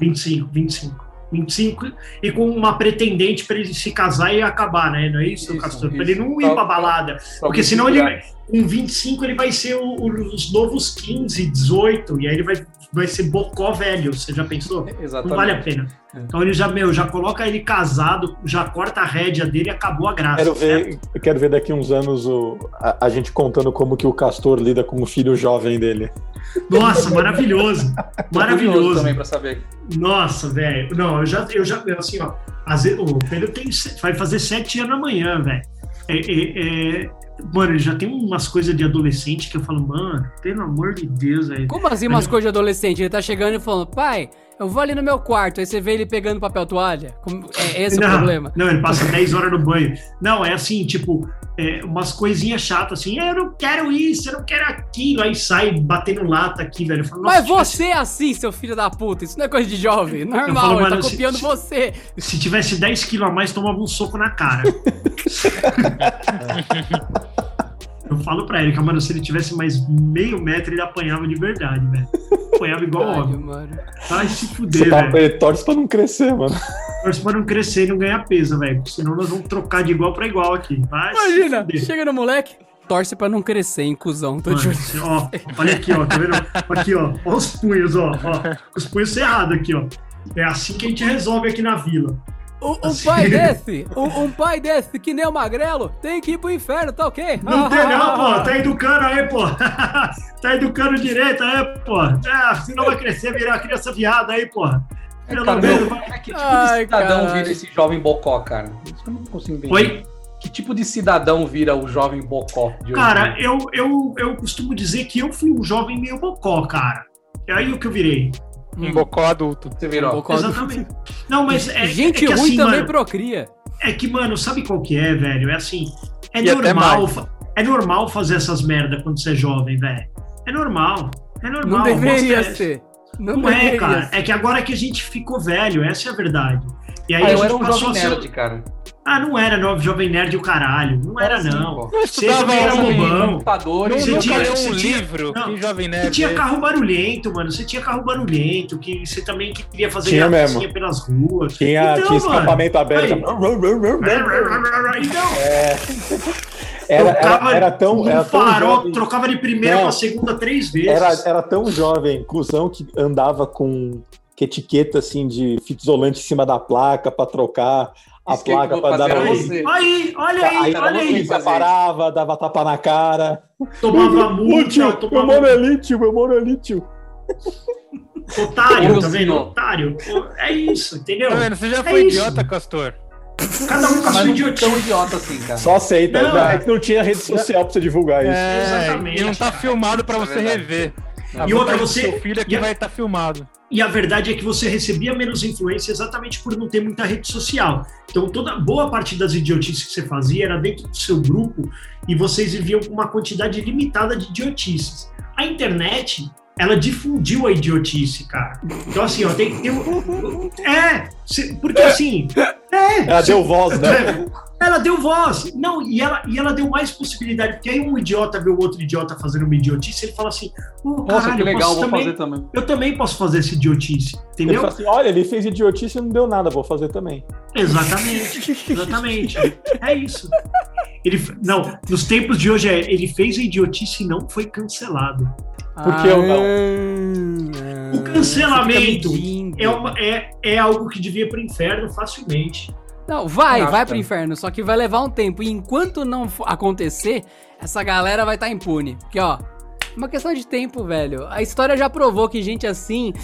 25, 25. 25 e com uma pretendente para ele se casar e acabar, né? Não é isso, Isso, Castor? Pra isso. ele não Tá- ir pra balada. Porque senão ele vai, com 25 ele vai ser o- o- os novos 15, 18, e aí ele vai, vai ser bocó velho, você já pensou? Exatamente. É. Não vale a pena. Então ele já, meu, já coloca ele casado, já corta a rédea dele e acabou a graça. Quero ver, eu quero ver daqui uns anos o- a, a gente contando como que o Castor lida com o filho jovem dele. Nossa, maravilhoso. Tô curioso Maravilhoso. também pra saber. Nossa, velho. Não, eu já, eu já, assim, ó. às vezes- o Pedro tem, se- vai fazer sete anos amanhã, velho. É, é, é, mano, ele já tem umas coisas de adolescente que eu falo, mano, pelo amor de Deus, velho. Como assim umas coisas de adolescente? Ele tá chegando e falando, pai, eu vou ali no meu quarto. Aí você vê ele pegando papel toalha. Como- É esse não, o problema. Não, ele passa 10 horas no banho. Não, é assim, tipo, é, umas coisinhas chatas, assim, eu não quero isso, eu não quero aquilo. Aí sai batendo lata aqui, velho. Eu falo, Mas "Nossa, você é assim, seu filho da puta. Isso não é coisa de jovem. Eu Normal, falo, ele tá mano, se- copiando se- você. Se tivesse 10 quilos a mais, tomava um soco na cara. Eu falo pra ele que, mano, se ele tivesse mais meio metro, ele apanhava de verdade, velho. Apanhava igual Caralho, homem. mano. Vai se fuder, Você tá, velho. ele torce pra não crescer, mano. Nós pra não crescer e não ganhar peso, velho. Senão nós vamos trocar de igual pra igual aqui. Vai se Imagina, fuder. chega no moleque. Torce pra não crescer, hein, cuzão. Tô Mano, de olho. você- ó, olha aqui, ó, tá vendo? Aqui, ó, ó os punhos, ó, ó, os punhos cerrados aqui, ó. É assim que a gente resolve aqui na vila. Um, um pai desse, um, um pai desse que nem o magrelo, tem que ir pro inferno, tá ok? Não tem não, pô. Tá educando aí, pô. tá educando direito aí, pô. Ah, senão vai crescer, virar criança viada aí, pô. É, Pelo cara, menos meu, vai- é que tipo Ai, de cidadão caralho. vira esse jovem bocó, cara? Isso que eu não consigo entender. Oi? Que tipo de cidadão vira o jovem bocó de hoje? Cara, eu, eu, eu costumo dizer que eu fui um jovem meio bocó, cara. É aí o que eu virei. Um bocó adulto. você virou. Bocó. Qual- Exatamente. Não, mas é, Gente é que ruim assim, também mano, procria. é que, mano, sabe qual que é, velho? É assim, é E até normal. mais. fa- É normal fazer essas merda quando você é jovem, velho. É normal. É normal. Não deveria mostra- ser. Não, Não deveria é, cara. ser. É que agora que a gente ficou velho, essa é a verdade. E aí Ah, a eu gente era um passou jovem a ser... nerd, cara. Ah, não era novo, jovem nerd o caralho. Não era, Assim, não. pô. Eu Você também era essa- bobão. Computador, Não, Você nunca tinha- leu você um tinha- livro. não. Que jovem Você nerd. tinha é carro barulhento, mano. Você tinha carro barulhento, que você também queria fazer Tinha gracinha pelas ruas. Tinha, Então, tinha mano. escapamento aberto. Aí. Então, Era, Trocava era, era tão. um Era tão farol, jovem- trocava de primeira Não. pra segunda três vezes. Era, era tão jovem, cuzão, que andava com que etiqueta assim de fita isolante em cima da placa pra trocar a Isso que placa eu vou pra dar fazer uma. era Aí, você. aí, olha aí, Tá, Aí, olha você. aí. aí, parava, dava tapa na cara. Tomava multa, Útil, meu tomava mano é lítio, meu mano é lítio. otário, tá Uso. vendo? Otário. Pô, É isso, entendeu? Tá vendo? Você já É foi isso. idiota, Castor. Cada um com Mas a não sua fui idiotice. tão idiota assim, cara. Só aceita. Não, né? é que não tinha rede social pra você divulgar isso. É, Exatamente, E não tá cara. filmado pra Isso é você verdade. rever. E A outra, vontade do você- Seu filho é que e a- vai estar filmado. E a verdade é que você recebia menos influência exatamente por não ter muita rede social. Então, toda boa parte das idiotices que você fazia era dentro do seu grupo e vocês viviam com uma quantidade limitada de idiotices. A internet, ela difundiu a idiotice, cara. Então, assim, ó, tem que ter. um- É! cê- Porque assim. É! Ela cê- deu voz, né? Ela deu voz. Não, e ela, e ela deu mais possibilidade. Porque aí um idiota vê o outro idiota fazendo uma idiotice, ele fala assim: Ô, Nossa, que caralho, eu legal, posso vou também. fazer também. Eu também posso fazer essa idiotice, Ele entendeu? fala assim, olha, ele fez idiotice e não deu nada, vou fazer também. Exatamente, exatamente. É isso. Ele, não, nos tempos de hoje é, ele fez a idiotice e não foi cancelado. Por que eu não? Ah, O cancelamento você fica medindo. É, uma- é, é algo que devia ir pro inferno facilmente. Não, vai, Ah, vai tá. pro inferno, só que vai levar um tempo. E enquanto não fo- acontecer, essa galera vai estar impune. Porque, ó, é uma questão de tempo, velho. A história já provou que gente assim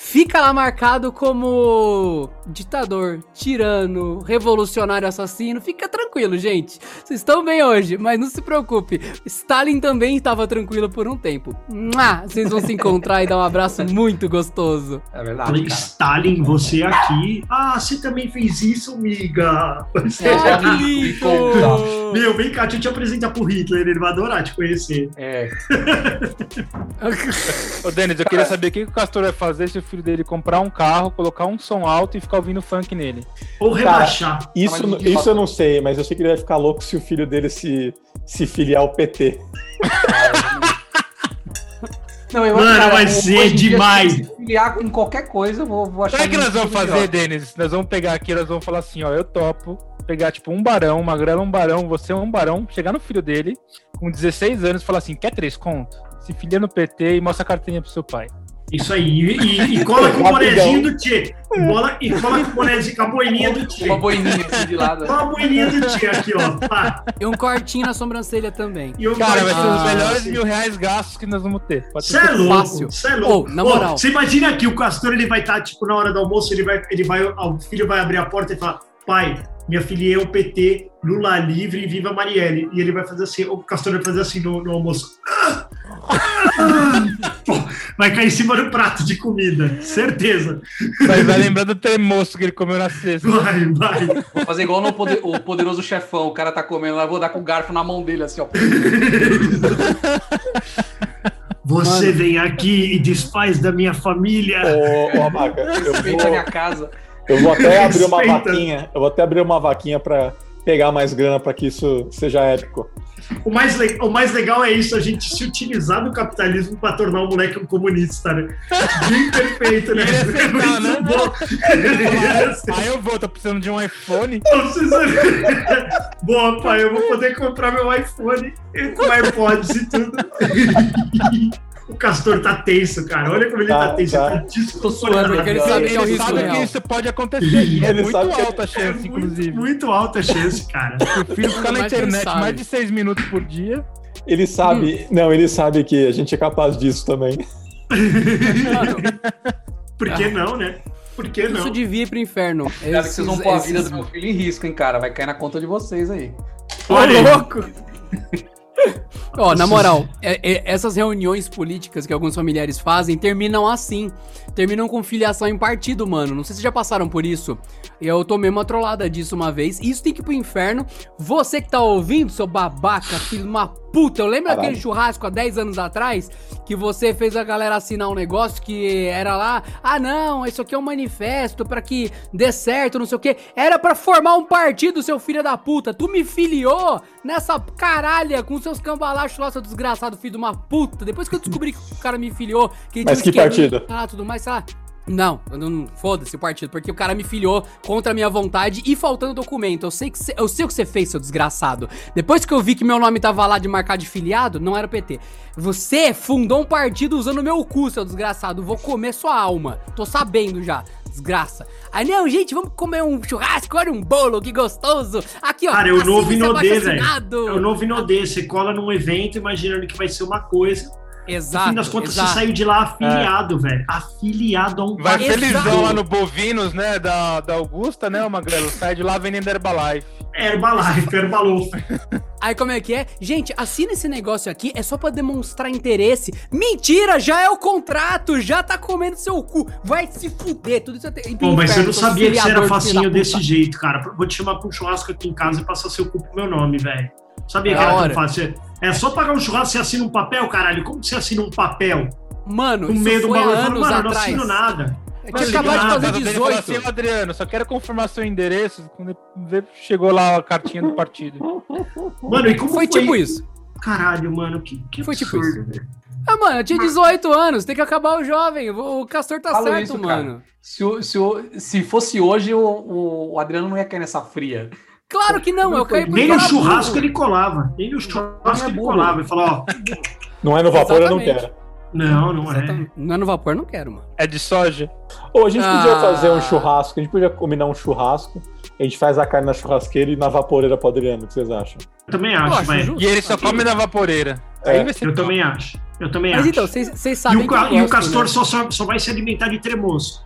fica lá marcado como ditador, tirano, revolucionário assassino. Fica tranquilo, gente. Vocês estão bem hoje, mas não se preocupe. Stalin também estava tranquilo por um tempo. Mua! Vocês vão se encontrar e dar um abraço muito gostoso. É Falei, verdade, cara. Stalin, você aqui. Ah, você também fez isso, amiga. É, Você Ai, já... que lindo! Meu, vem cá, deixa eu te apresentar pro Hitler, ele vai adorar te conhecer. É, Ô, Denis, eu queria saber o que que o Castor vai fazer se o filho dele comprar um carro, colocar um som alto e ficar ouvindo funk nele. Ou Cara, rebaixar. Isso, Mas de isso fato- eu não sei, mas eu sei que ele vai ficar louco se o filho dele se, se filiar ao PT. Não, eu Mano, vai hoje ser em dia, demais. Se eu me filiar em qualquer coisa, eu vou, vou achar. Sabe o que nós muito vamos fazer, idiota. Denis? Nós vamos pegar aqui, nós vamos falar assim, ó, eu topo. Pegar, tipo, um barão, uma grela, um barão, você é um barão, chegar no filho dele, com 16 anos, e falar assim, quer três conto? Se filia no PT e mostra a carteirinha pro seu pai. Isso aí. E, e- e cola com Rapidão. o bonezinho do Tchê. Bola- E cola com o bonezinho, com a boininha do Tchê. Uma boininha assim de lado. Olha a boininha do Tchê aqui, ó. Pá. E um cortinho na sobrancelha também. E o Cara, vai ser Ah, os melhores mil reais gastos que nós vamos ter. Pode Você ser. é fácil. louco, você é Ô, louco. na Ô, moral. Você imagina aqui, o Castor ele vai estar, tipo, na hora do almoço, ele vai, ele vai, o filho vai abrir a porta e falar, pai, minha filha é o PT, Lula livre e viva Marielle. E ele vai fazer assim, o Castor vai fazer assim no, no almoço. Pô, vai cair em cima do prato de comida, certeza. Vai, vai lembrar do termoço que ele comeu na sexta. Vai, vai. Vou fazer igual no poder- o poderoso chefão. O cara tá comendo, lá eu vou dar com o garfo na mão dele, assim, ó. Você vem aqui e desfaz da minha família. Ô, ô Amaca, eu tá Respeita a minha vou, casa. eu vou até abrir uma Respeita. vaquinha. Eu vou até abrir uma vaquinha pra pegar mais grana pra que isso seja épico. O mais, le- o mais legal é isso, a gente se utilizar do capitalismo pra tornar o moleque um comunista, né? Bem perfeito, né? Ele ia aceitar, Muito né? bom. Ele ia aceitar. Aí eu vou, tô precisando de um iPhone. Eu preciso- Boa, pai, eu vou poder comprar meu iPhone com AirPods e tudo. O Castor tá tenso, cara. Olha como ele tá, Tá, tenso. tá. Ele tá Tô suando, porque ele Não, sabe que é o Ele risco sabe que real. isso pode acontecer. E é Ele muito sabe que- alta a É chance, muito, inclusive. muito alta a chance, cara. O filho ficar na Mas ele internet sabe. mais de seis minutos por dia. Ele Hum. sabe. Não, ele sabe que a gente é capaz disso também. Mano, Por que não, né? Por que não? Isso devia ir pro inferno. Cara, que vocês vão pôr a vida esses- do meu filho em risco, hein, cara. Vai cair na conta de vocês aí. Ô, Olha aí. louco! Ó, na moral, é- é- essas reuniões políticas que alguns familiares fazem terminam assim. Terminam com filiação em partido, mano. Não sei se já passaram por isso. Eu tomei uma trollada disso uma vez. Isso tem que ir pro inferno. Você que tá ouvindo, seu babaca, filho de uma puta. Eu lembro Caralho. daquele churrasco há 10 anos atrás que você fez a galera assinar um negócio que era lá. Ah, não, isso aqui é um manifesto pra que dê certo, não sei o quê. Era pra formar um partido, seu filho da puta. Tu me filiou nessa caralha com seus cambalachos lá, seu desgraçado filho de uma puta. Depois que eu descobri que o cara me filiou, que ele Mas que esquema de partido? Ah, tudo mais, sei lá. Não, eu não foda-se o partido, porque o cara me filiou contra a minha vontade e faltando documento. Eu sei, que cê- eu sei o que você fez, seu desgraçado. Depois que eu vi que meu nome tava lá de marcar de filiado, não era o PT. Você fundou um partido usando meu cu, seu desgraçado. Vou comer sua alma. Tô sabendo já. Desgraça. Aí, não, gente, vamos comer um churrasco, olha um bolo, que gostoso. Aqui, ó. assim é Cara, eu assine novo esse inodê, velho. abaixo-assinado. Eu novo inodê. Você cola num evento imaginando que vai ser uma coisa. No Exato. fim das contas, exato. É. você saiu de lá afiliado, velho. Afiliado a um Vai Exato. felizão lá no Bovinos, né? Da, da Augusta, né, o Magrelo? Sai de lá vendendo Herbalife. Herbalife, Herbalof. Aí como é que é? Gente, assina esse negócio aqui, é só pra demonstrar interesse. Mentira, já é o contrato, já tá comendo seu cu. Vai se fuder, tudo isso é... te- Pô, mas eu não seu sabia que você era filiador, filho facinho da desse puta. jeito, cara. Vou te chamar pra um churrasco aqui em casa e passar seu cu pro meu nome, velho. Sabia que Da era tão hora. fácil. É só pagar um churrasco, você assina um papel, caralho. Como que você assina um papel? Mano, No isso meio do foi há maluco, Eu falo, anos mano, eu não atrás. assino nada. Não Eu tinha assino acabado de nada. fazer Mas ele falou 18. assim, Adriano, só quero confirmar seu endereço. Quando vê, chegou lá a cartinha do partido. Mano, e como Foi tipo isso. Caralho, mano, que, que Foi tipo absurdo, velho. Ah, mano, eu tinha 18 anos, tem que acabar o jovem. O o Castor tá Falo certo, isso, cara. mano. Se, o- se, o- se fosse hoje, o, o- o Adriano não ia cair nessa fria. Claro que não, eu caí Nem no porque eu era churrasco burro. é ele colava. Nem no churrasco ele burro. colava. Ele falava, ó, Não é no vapor, eu não Exatamente. quero. não, não é. Exatamente. Não é no vapor, não quero, mano. É de soja? Ou a gente podia Ah. fazer um churrasco, a gente podia combinar um churrasco, a gente faz a carne na churrasqueira e na vaporeira pro Adriano, o que vocês acham? Eu também Eu acho, acho velho. justo. E ele só come na vaporeira. Aí vai ser É, Eu também acho. Eu também Mas acho. então, vocês vocês e sabem o, ca- que eu e o gosto, castor né? só, só, só vai se alimentar de tremoço.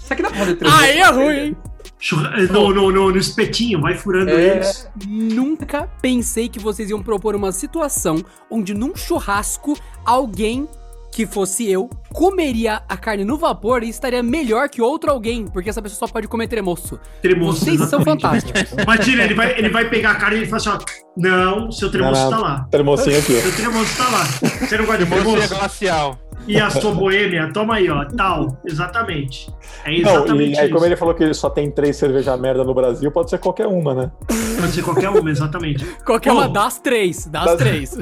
Será que dá pra fazer três Aí é ruim, hein? Churra- eh, No, no, no, no espetinho, vai furando É. eles. Nunca pensei que vocês iam propor uma situação onde num churrasco alguém que fosse eu comeria a carne no vapor e estaria melhor que outro alguém, porque essa pessoa só pode comer tremoço. Tremoço. Vocês são exatamente. fantásticos. né? Imagina, ele vai, ele vai pegar a carne e ele fala assim: ó, não, seu tremoço Não, tá não. lá. Termocinho aqui. Seu tremoço tá lá. Você não gosta de Você é tremoço? glacial. E a sua boêmia? Toma aí, ó. Tal. Exatamente. É Não, exatamente e aí, isso. como ele falou que só tem três cerveja merda no Brasil, pode ser qualquer uma, né? Pode ser qualquer uma, exatamente. Qualquer uma Bom, das três, das, das- três.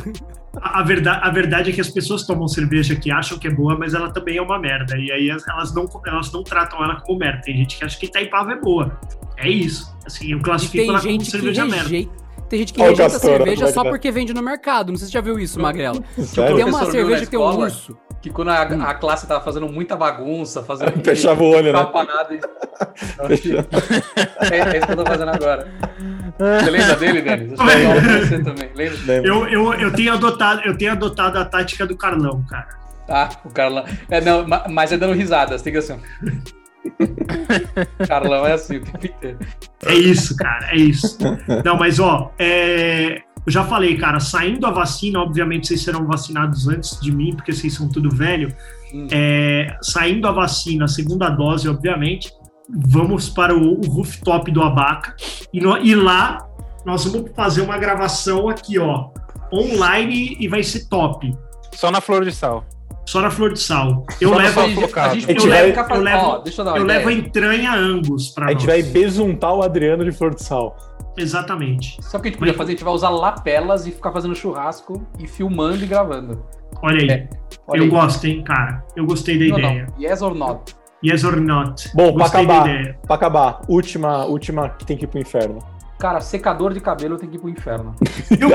A, a verdade, a verdade é que as pessoas tomam cerveja que acham que é boa, mas ela também é uma merda. E aí as- elas não, elas não tratam ela como merda. Tem gente que acha que Itaipava é boa. É isso. Assim, eu E classifico tem ela como gente que cerveja é merda. rejeita. Tem gente que Olha o rejeita Castor, É, como é cerveja que só tá? porque vende no mercado. Não sei se você já viu isso, Magrela. Tem Sério? uma Professor, viu cerveja na que tem um escola? urso. Que quando a, a classe tava fazendo muita bagunça, fazendo. Fechava o olho, né? Trapanada. É, é isso que eu tô fazendo agora. Você lembra dele, Denis? Acho que eu falo pra você também. Lembra? Eu, eu, eu, tenho adotado, eu tenho adotado a tática do Carlão, cara. Ah, o Carlão. É, não, ma- mas é dando risadas, tem que assim. ó. Carlão é assim o tempo inteiro. É isso, cara, é isso. Não, mas ó, é, eu já falei, cara, saindo a vacina, obviamente vocês serão vacinados antes de mim, porque vocês são tudo velho. Hum. É, saindo a vacina, segunda dose, obviamente, vamos para o, o rooftop do Abaca e, no- e lá nós vamos fazer uma gravação aqui, ó, online e vai ser top. Só na flor de sal. Só na flor de sal. Eu Só na levo, sal. A gente- a gente- A gente eu vai- levo, ficar eu falando- levo- ó, deixa eu dar uma eu ideia. levo a entranha angus para A gente nós. vai besuntar o Adriano de flor de sal. Exatamente. Sabe o que a gente podia fazer? A gente vai usar lapelas e ficar fazendo churrasco e filmando e gravando. Olha aí. É, Olha eu aí. gosto, hein, cara. Eu gostei da Não, ideia. não. Yes or not? Yes or not. Bom, pra gostei acabar. da ideia. Pra acabar, última, última que tem que ir pro inferno. Cara, secador de cabelo tem que ir pro inferno. Eu,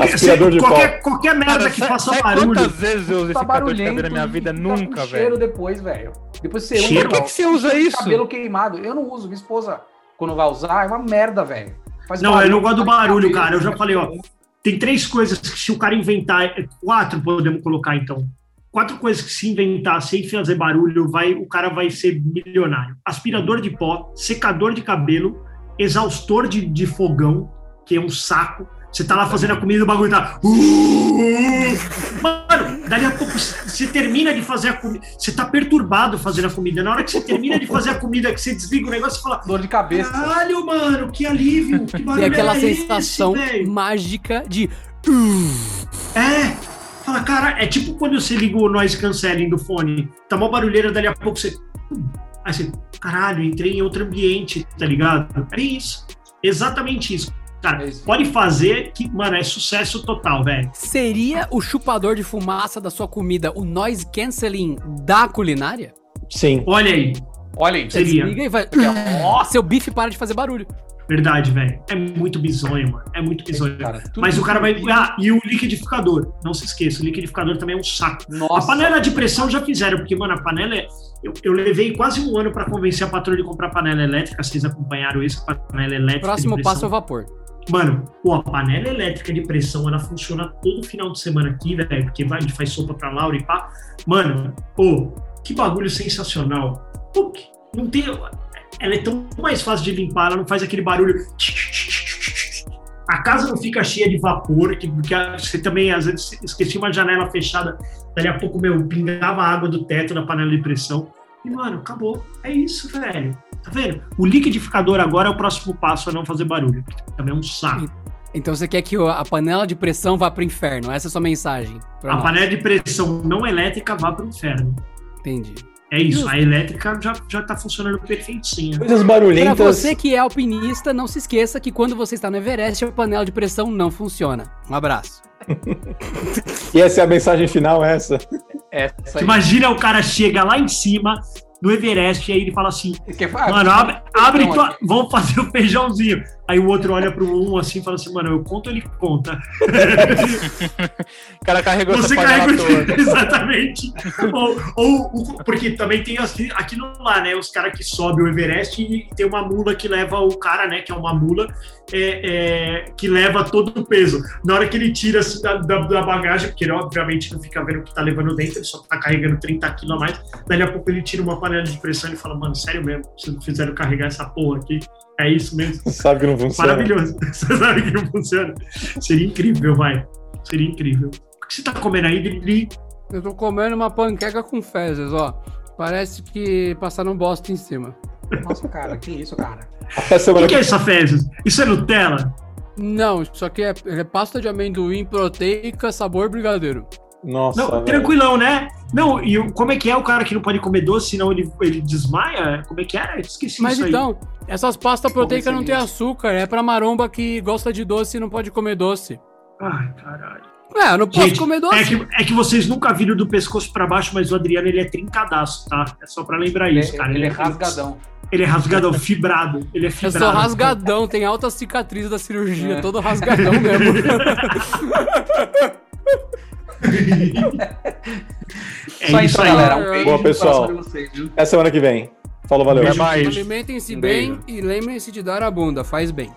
Aspirador se- de qualquer, qualquer merda é que sabe- faça sabe barulho. Tá quantas vezes eu usei esse secador de cabelo na minha Tá e vida? fica com Nunca, cheiro velho. depois, velho. Depois você usa. Cheiro? Por que, que você usa isso? Cabelo queimado. Eu não uso. Minha esposa, quando vai usar, é uma merda, velho. Faz Não, eu não gosto do faz barulho, cabelo, cara. Eu já faz falei, ó. cabelo. Tem três coisas que se o cara inventar. é, Quatro podemos colocar, então. Quatro coisas que se inventar sem fazer barulho, vai, o cara vai ser milionário. Aspirador de pó, secador de cabelo, exaustor de, de fogão, que é um saco. Você tá lá fazendo a comida e o bagulho tá. uh. Mano, dali a pouco você termina de fazer a comida. Você tá perturbado fazendo a comida. Na hora que você termina de fazer a comida, que você desliga o negócio e fala. Dor de cabeça. Caralho, mano, que alívio, que barulho Tem aquela é sensação esse, velho? mágica de. É, fala, cara, é tipo quando você liga o noise cancelling do fone, tá mó barulheira, dali a pouco você... Aí você, caralho, entrei em outro ambiente, tá ligado? É isso, exatamente isso. Cara, É isso. pode fazer que, mano, é sucesso total, velho. Seria o chupador de fumaça da sua comida o noise canceling da culinária? Sim. Olha aí, Olha aí. Você Seria. desliga e vai. Ó, seu bife para de fazer barulho. verdade, velho. É muito bizonho, mano. É muito bizonho. Cara, tudo Mas o que cara vai. eu vi- Ah, e o liquidificador. Não se esqueça, o liquidificador também é um saco. A Nossa, panela de pressão já fizeram, porque, mano, a panela é. Eu, eu levei quase um ano pra convencer a patroa de comprar panela elétrica. Vocês acompanharam isso, a panela elétrica. Próximo de pressão. passo é o vapor. Mano, pô, a panela elétrica de pressão, ela funciona todo final de semana aqui, velho, porque vai, a gente faz sopa pra Laura e pá. Mano, pô, que bagulho sensacional. Pô, que- não tem. Ela é tão mais fácil de limpar, ela não faz aquele barulho. A casa não fica cheia de vapor, que, que a- você também, às vezes, esquecia uma janela fechada, dali a pouco, meu, pingava a água do teto na panela de pressão. E, mano, acabou. É isso, velho. Tá vendo? O liquidificador agora é o próximo passo a não fazer barulho. Também é um saco. Então você quer que o- a panela de pressão vá pro inferno? Essa é a sua mensagem. pra A nós. panela de pressão não elétrica vá para o inferno. Entendi. É isso, Justo. a elétrica já, já tá funcionando perfeitinha. Coisas Pra barulhentas. você que é alpinista, não se esqueça que quando você está no Everest, a panela de pressão não funciona. Um abraço. E essa é a mensagem final, essa. essa aí. Imagina o cara chega lá em cima, no Everest, e aí ele fala assim: Quer Ah, falar? Mano, tá abre, abre Não, tua. Vamos fazer o feijãozinho. Aí o outro olha pro um assim e fala assim: Mano, eu conto, ele conta. O cara carregou essa Você panela carrega toda. o Exatamente. ou, ou o- porque também tem aqui, aqui no lá, né? Os caras que sobem o Everest e tem uma mula que leva o cara, né? Que é uma mula é, é, que leva todo o peso. Na hora que ele tira assim, da, da- da bagagem, porque ele obviamente não fica vendo o que tá levando dentro, ele só tá carregando 30 quilos a mais. Dali a pouco ele tira uma panela de pressão e fala, mano, sério mesmo, vocês não fizeram carregar essa porra aqui. É isso mesmo. Sabe que não funciona. Maravilhoso. Você sabe que não funciona. Seria incrível, vai. Seria incrível. O que você tá comendo aí, Dri? Eu tô comendo uma panqueca com fezes, ó. Parece que passaram bosta em cima. Nossa, cara, que isso, cara? Até O semana que, que é essa fezes? Isso é Nutella? Não, isso aqui é, é pasta de amendoim proteica, sabor brigadeiro. Nossa, é? Não, velho. tranquilão, né? Não, e o- como é que é o cara que não pode comer doce, senão ele, ele desmaia? Como é que é? Esqueci Mas isso então, essas pastas proteicas não esse tem lixo. açúcar, é pra maromba que gosta de doce e não pode comer doce. aí. Ai, caralho. É, eu não posso Gente, comer doce. É que, é que vocês nunca viram do pescoço pra baixo, mas o Adriano ele é trincadaço, tá? É só pra lembrar Ele, isso, cara. ele é rasgadão. Ele é rasgadão, fibrado. Ele é Eu fibrado. sou rasgadão, tem alta cicatriz da cirurgia, todo rasgadão mesmo. É isso aí. galera. Um beijo Boa, no pessoal. coração de vocês, viu? Até semana que vem. Falou, valeu. Até é mais. Alimentem-se Um bem né? beijo. e lembrem-se de dar a bunda, faz bem.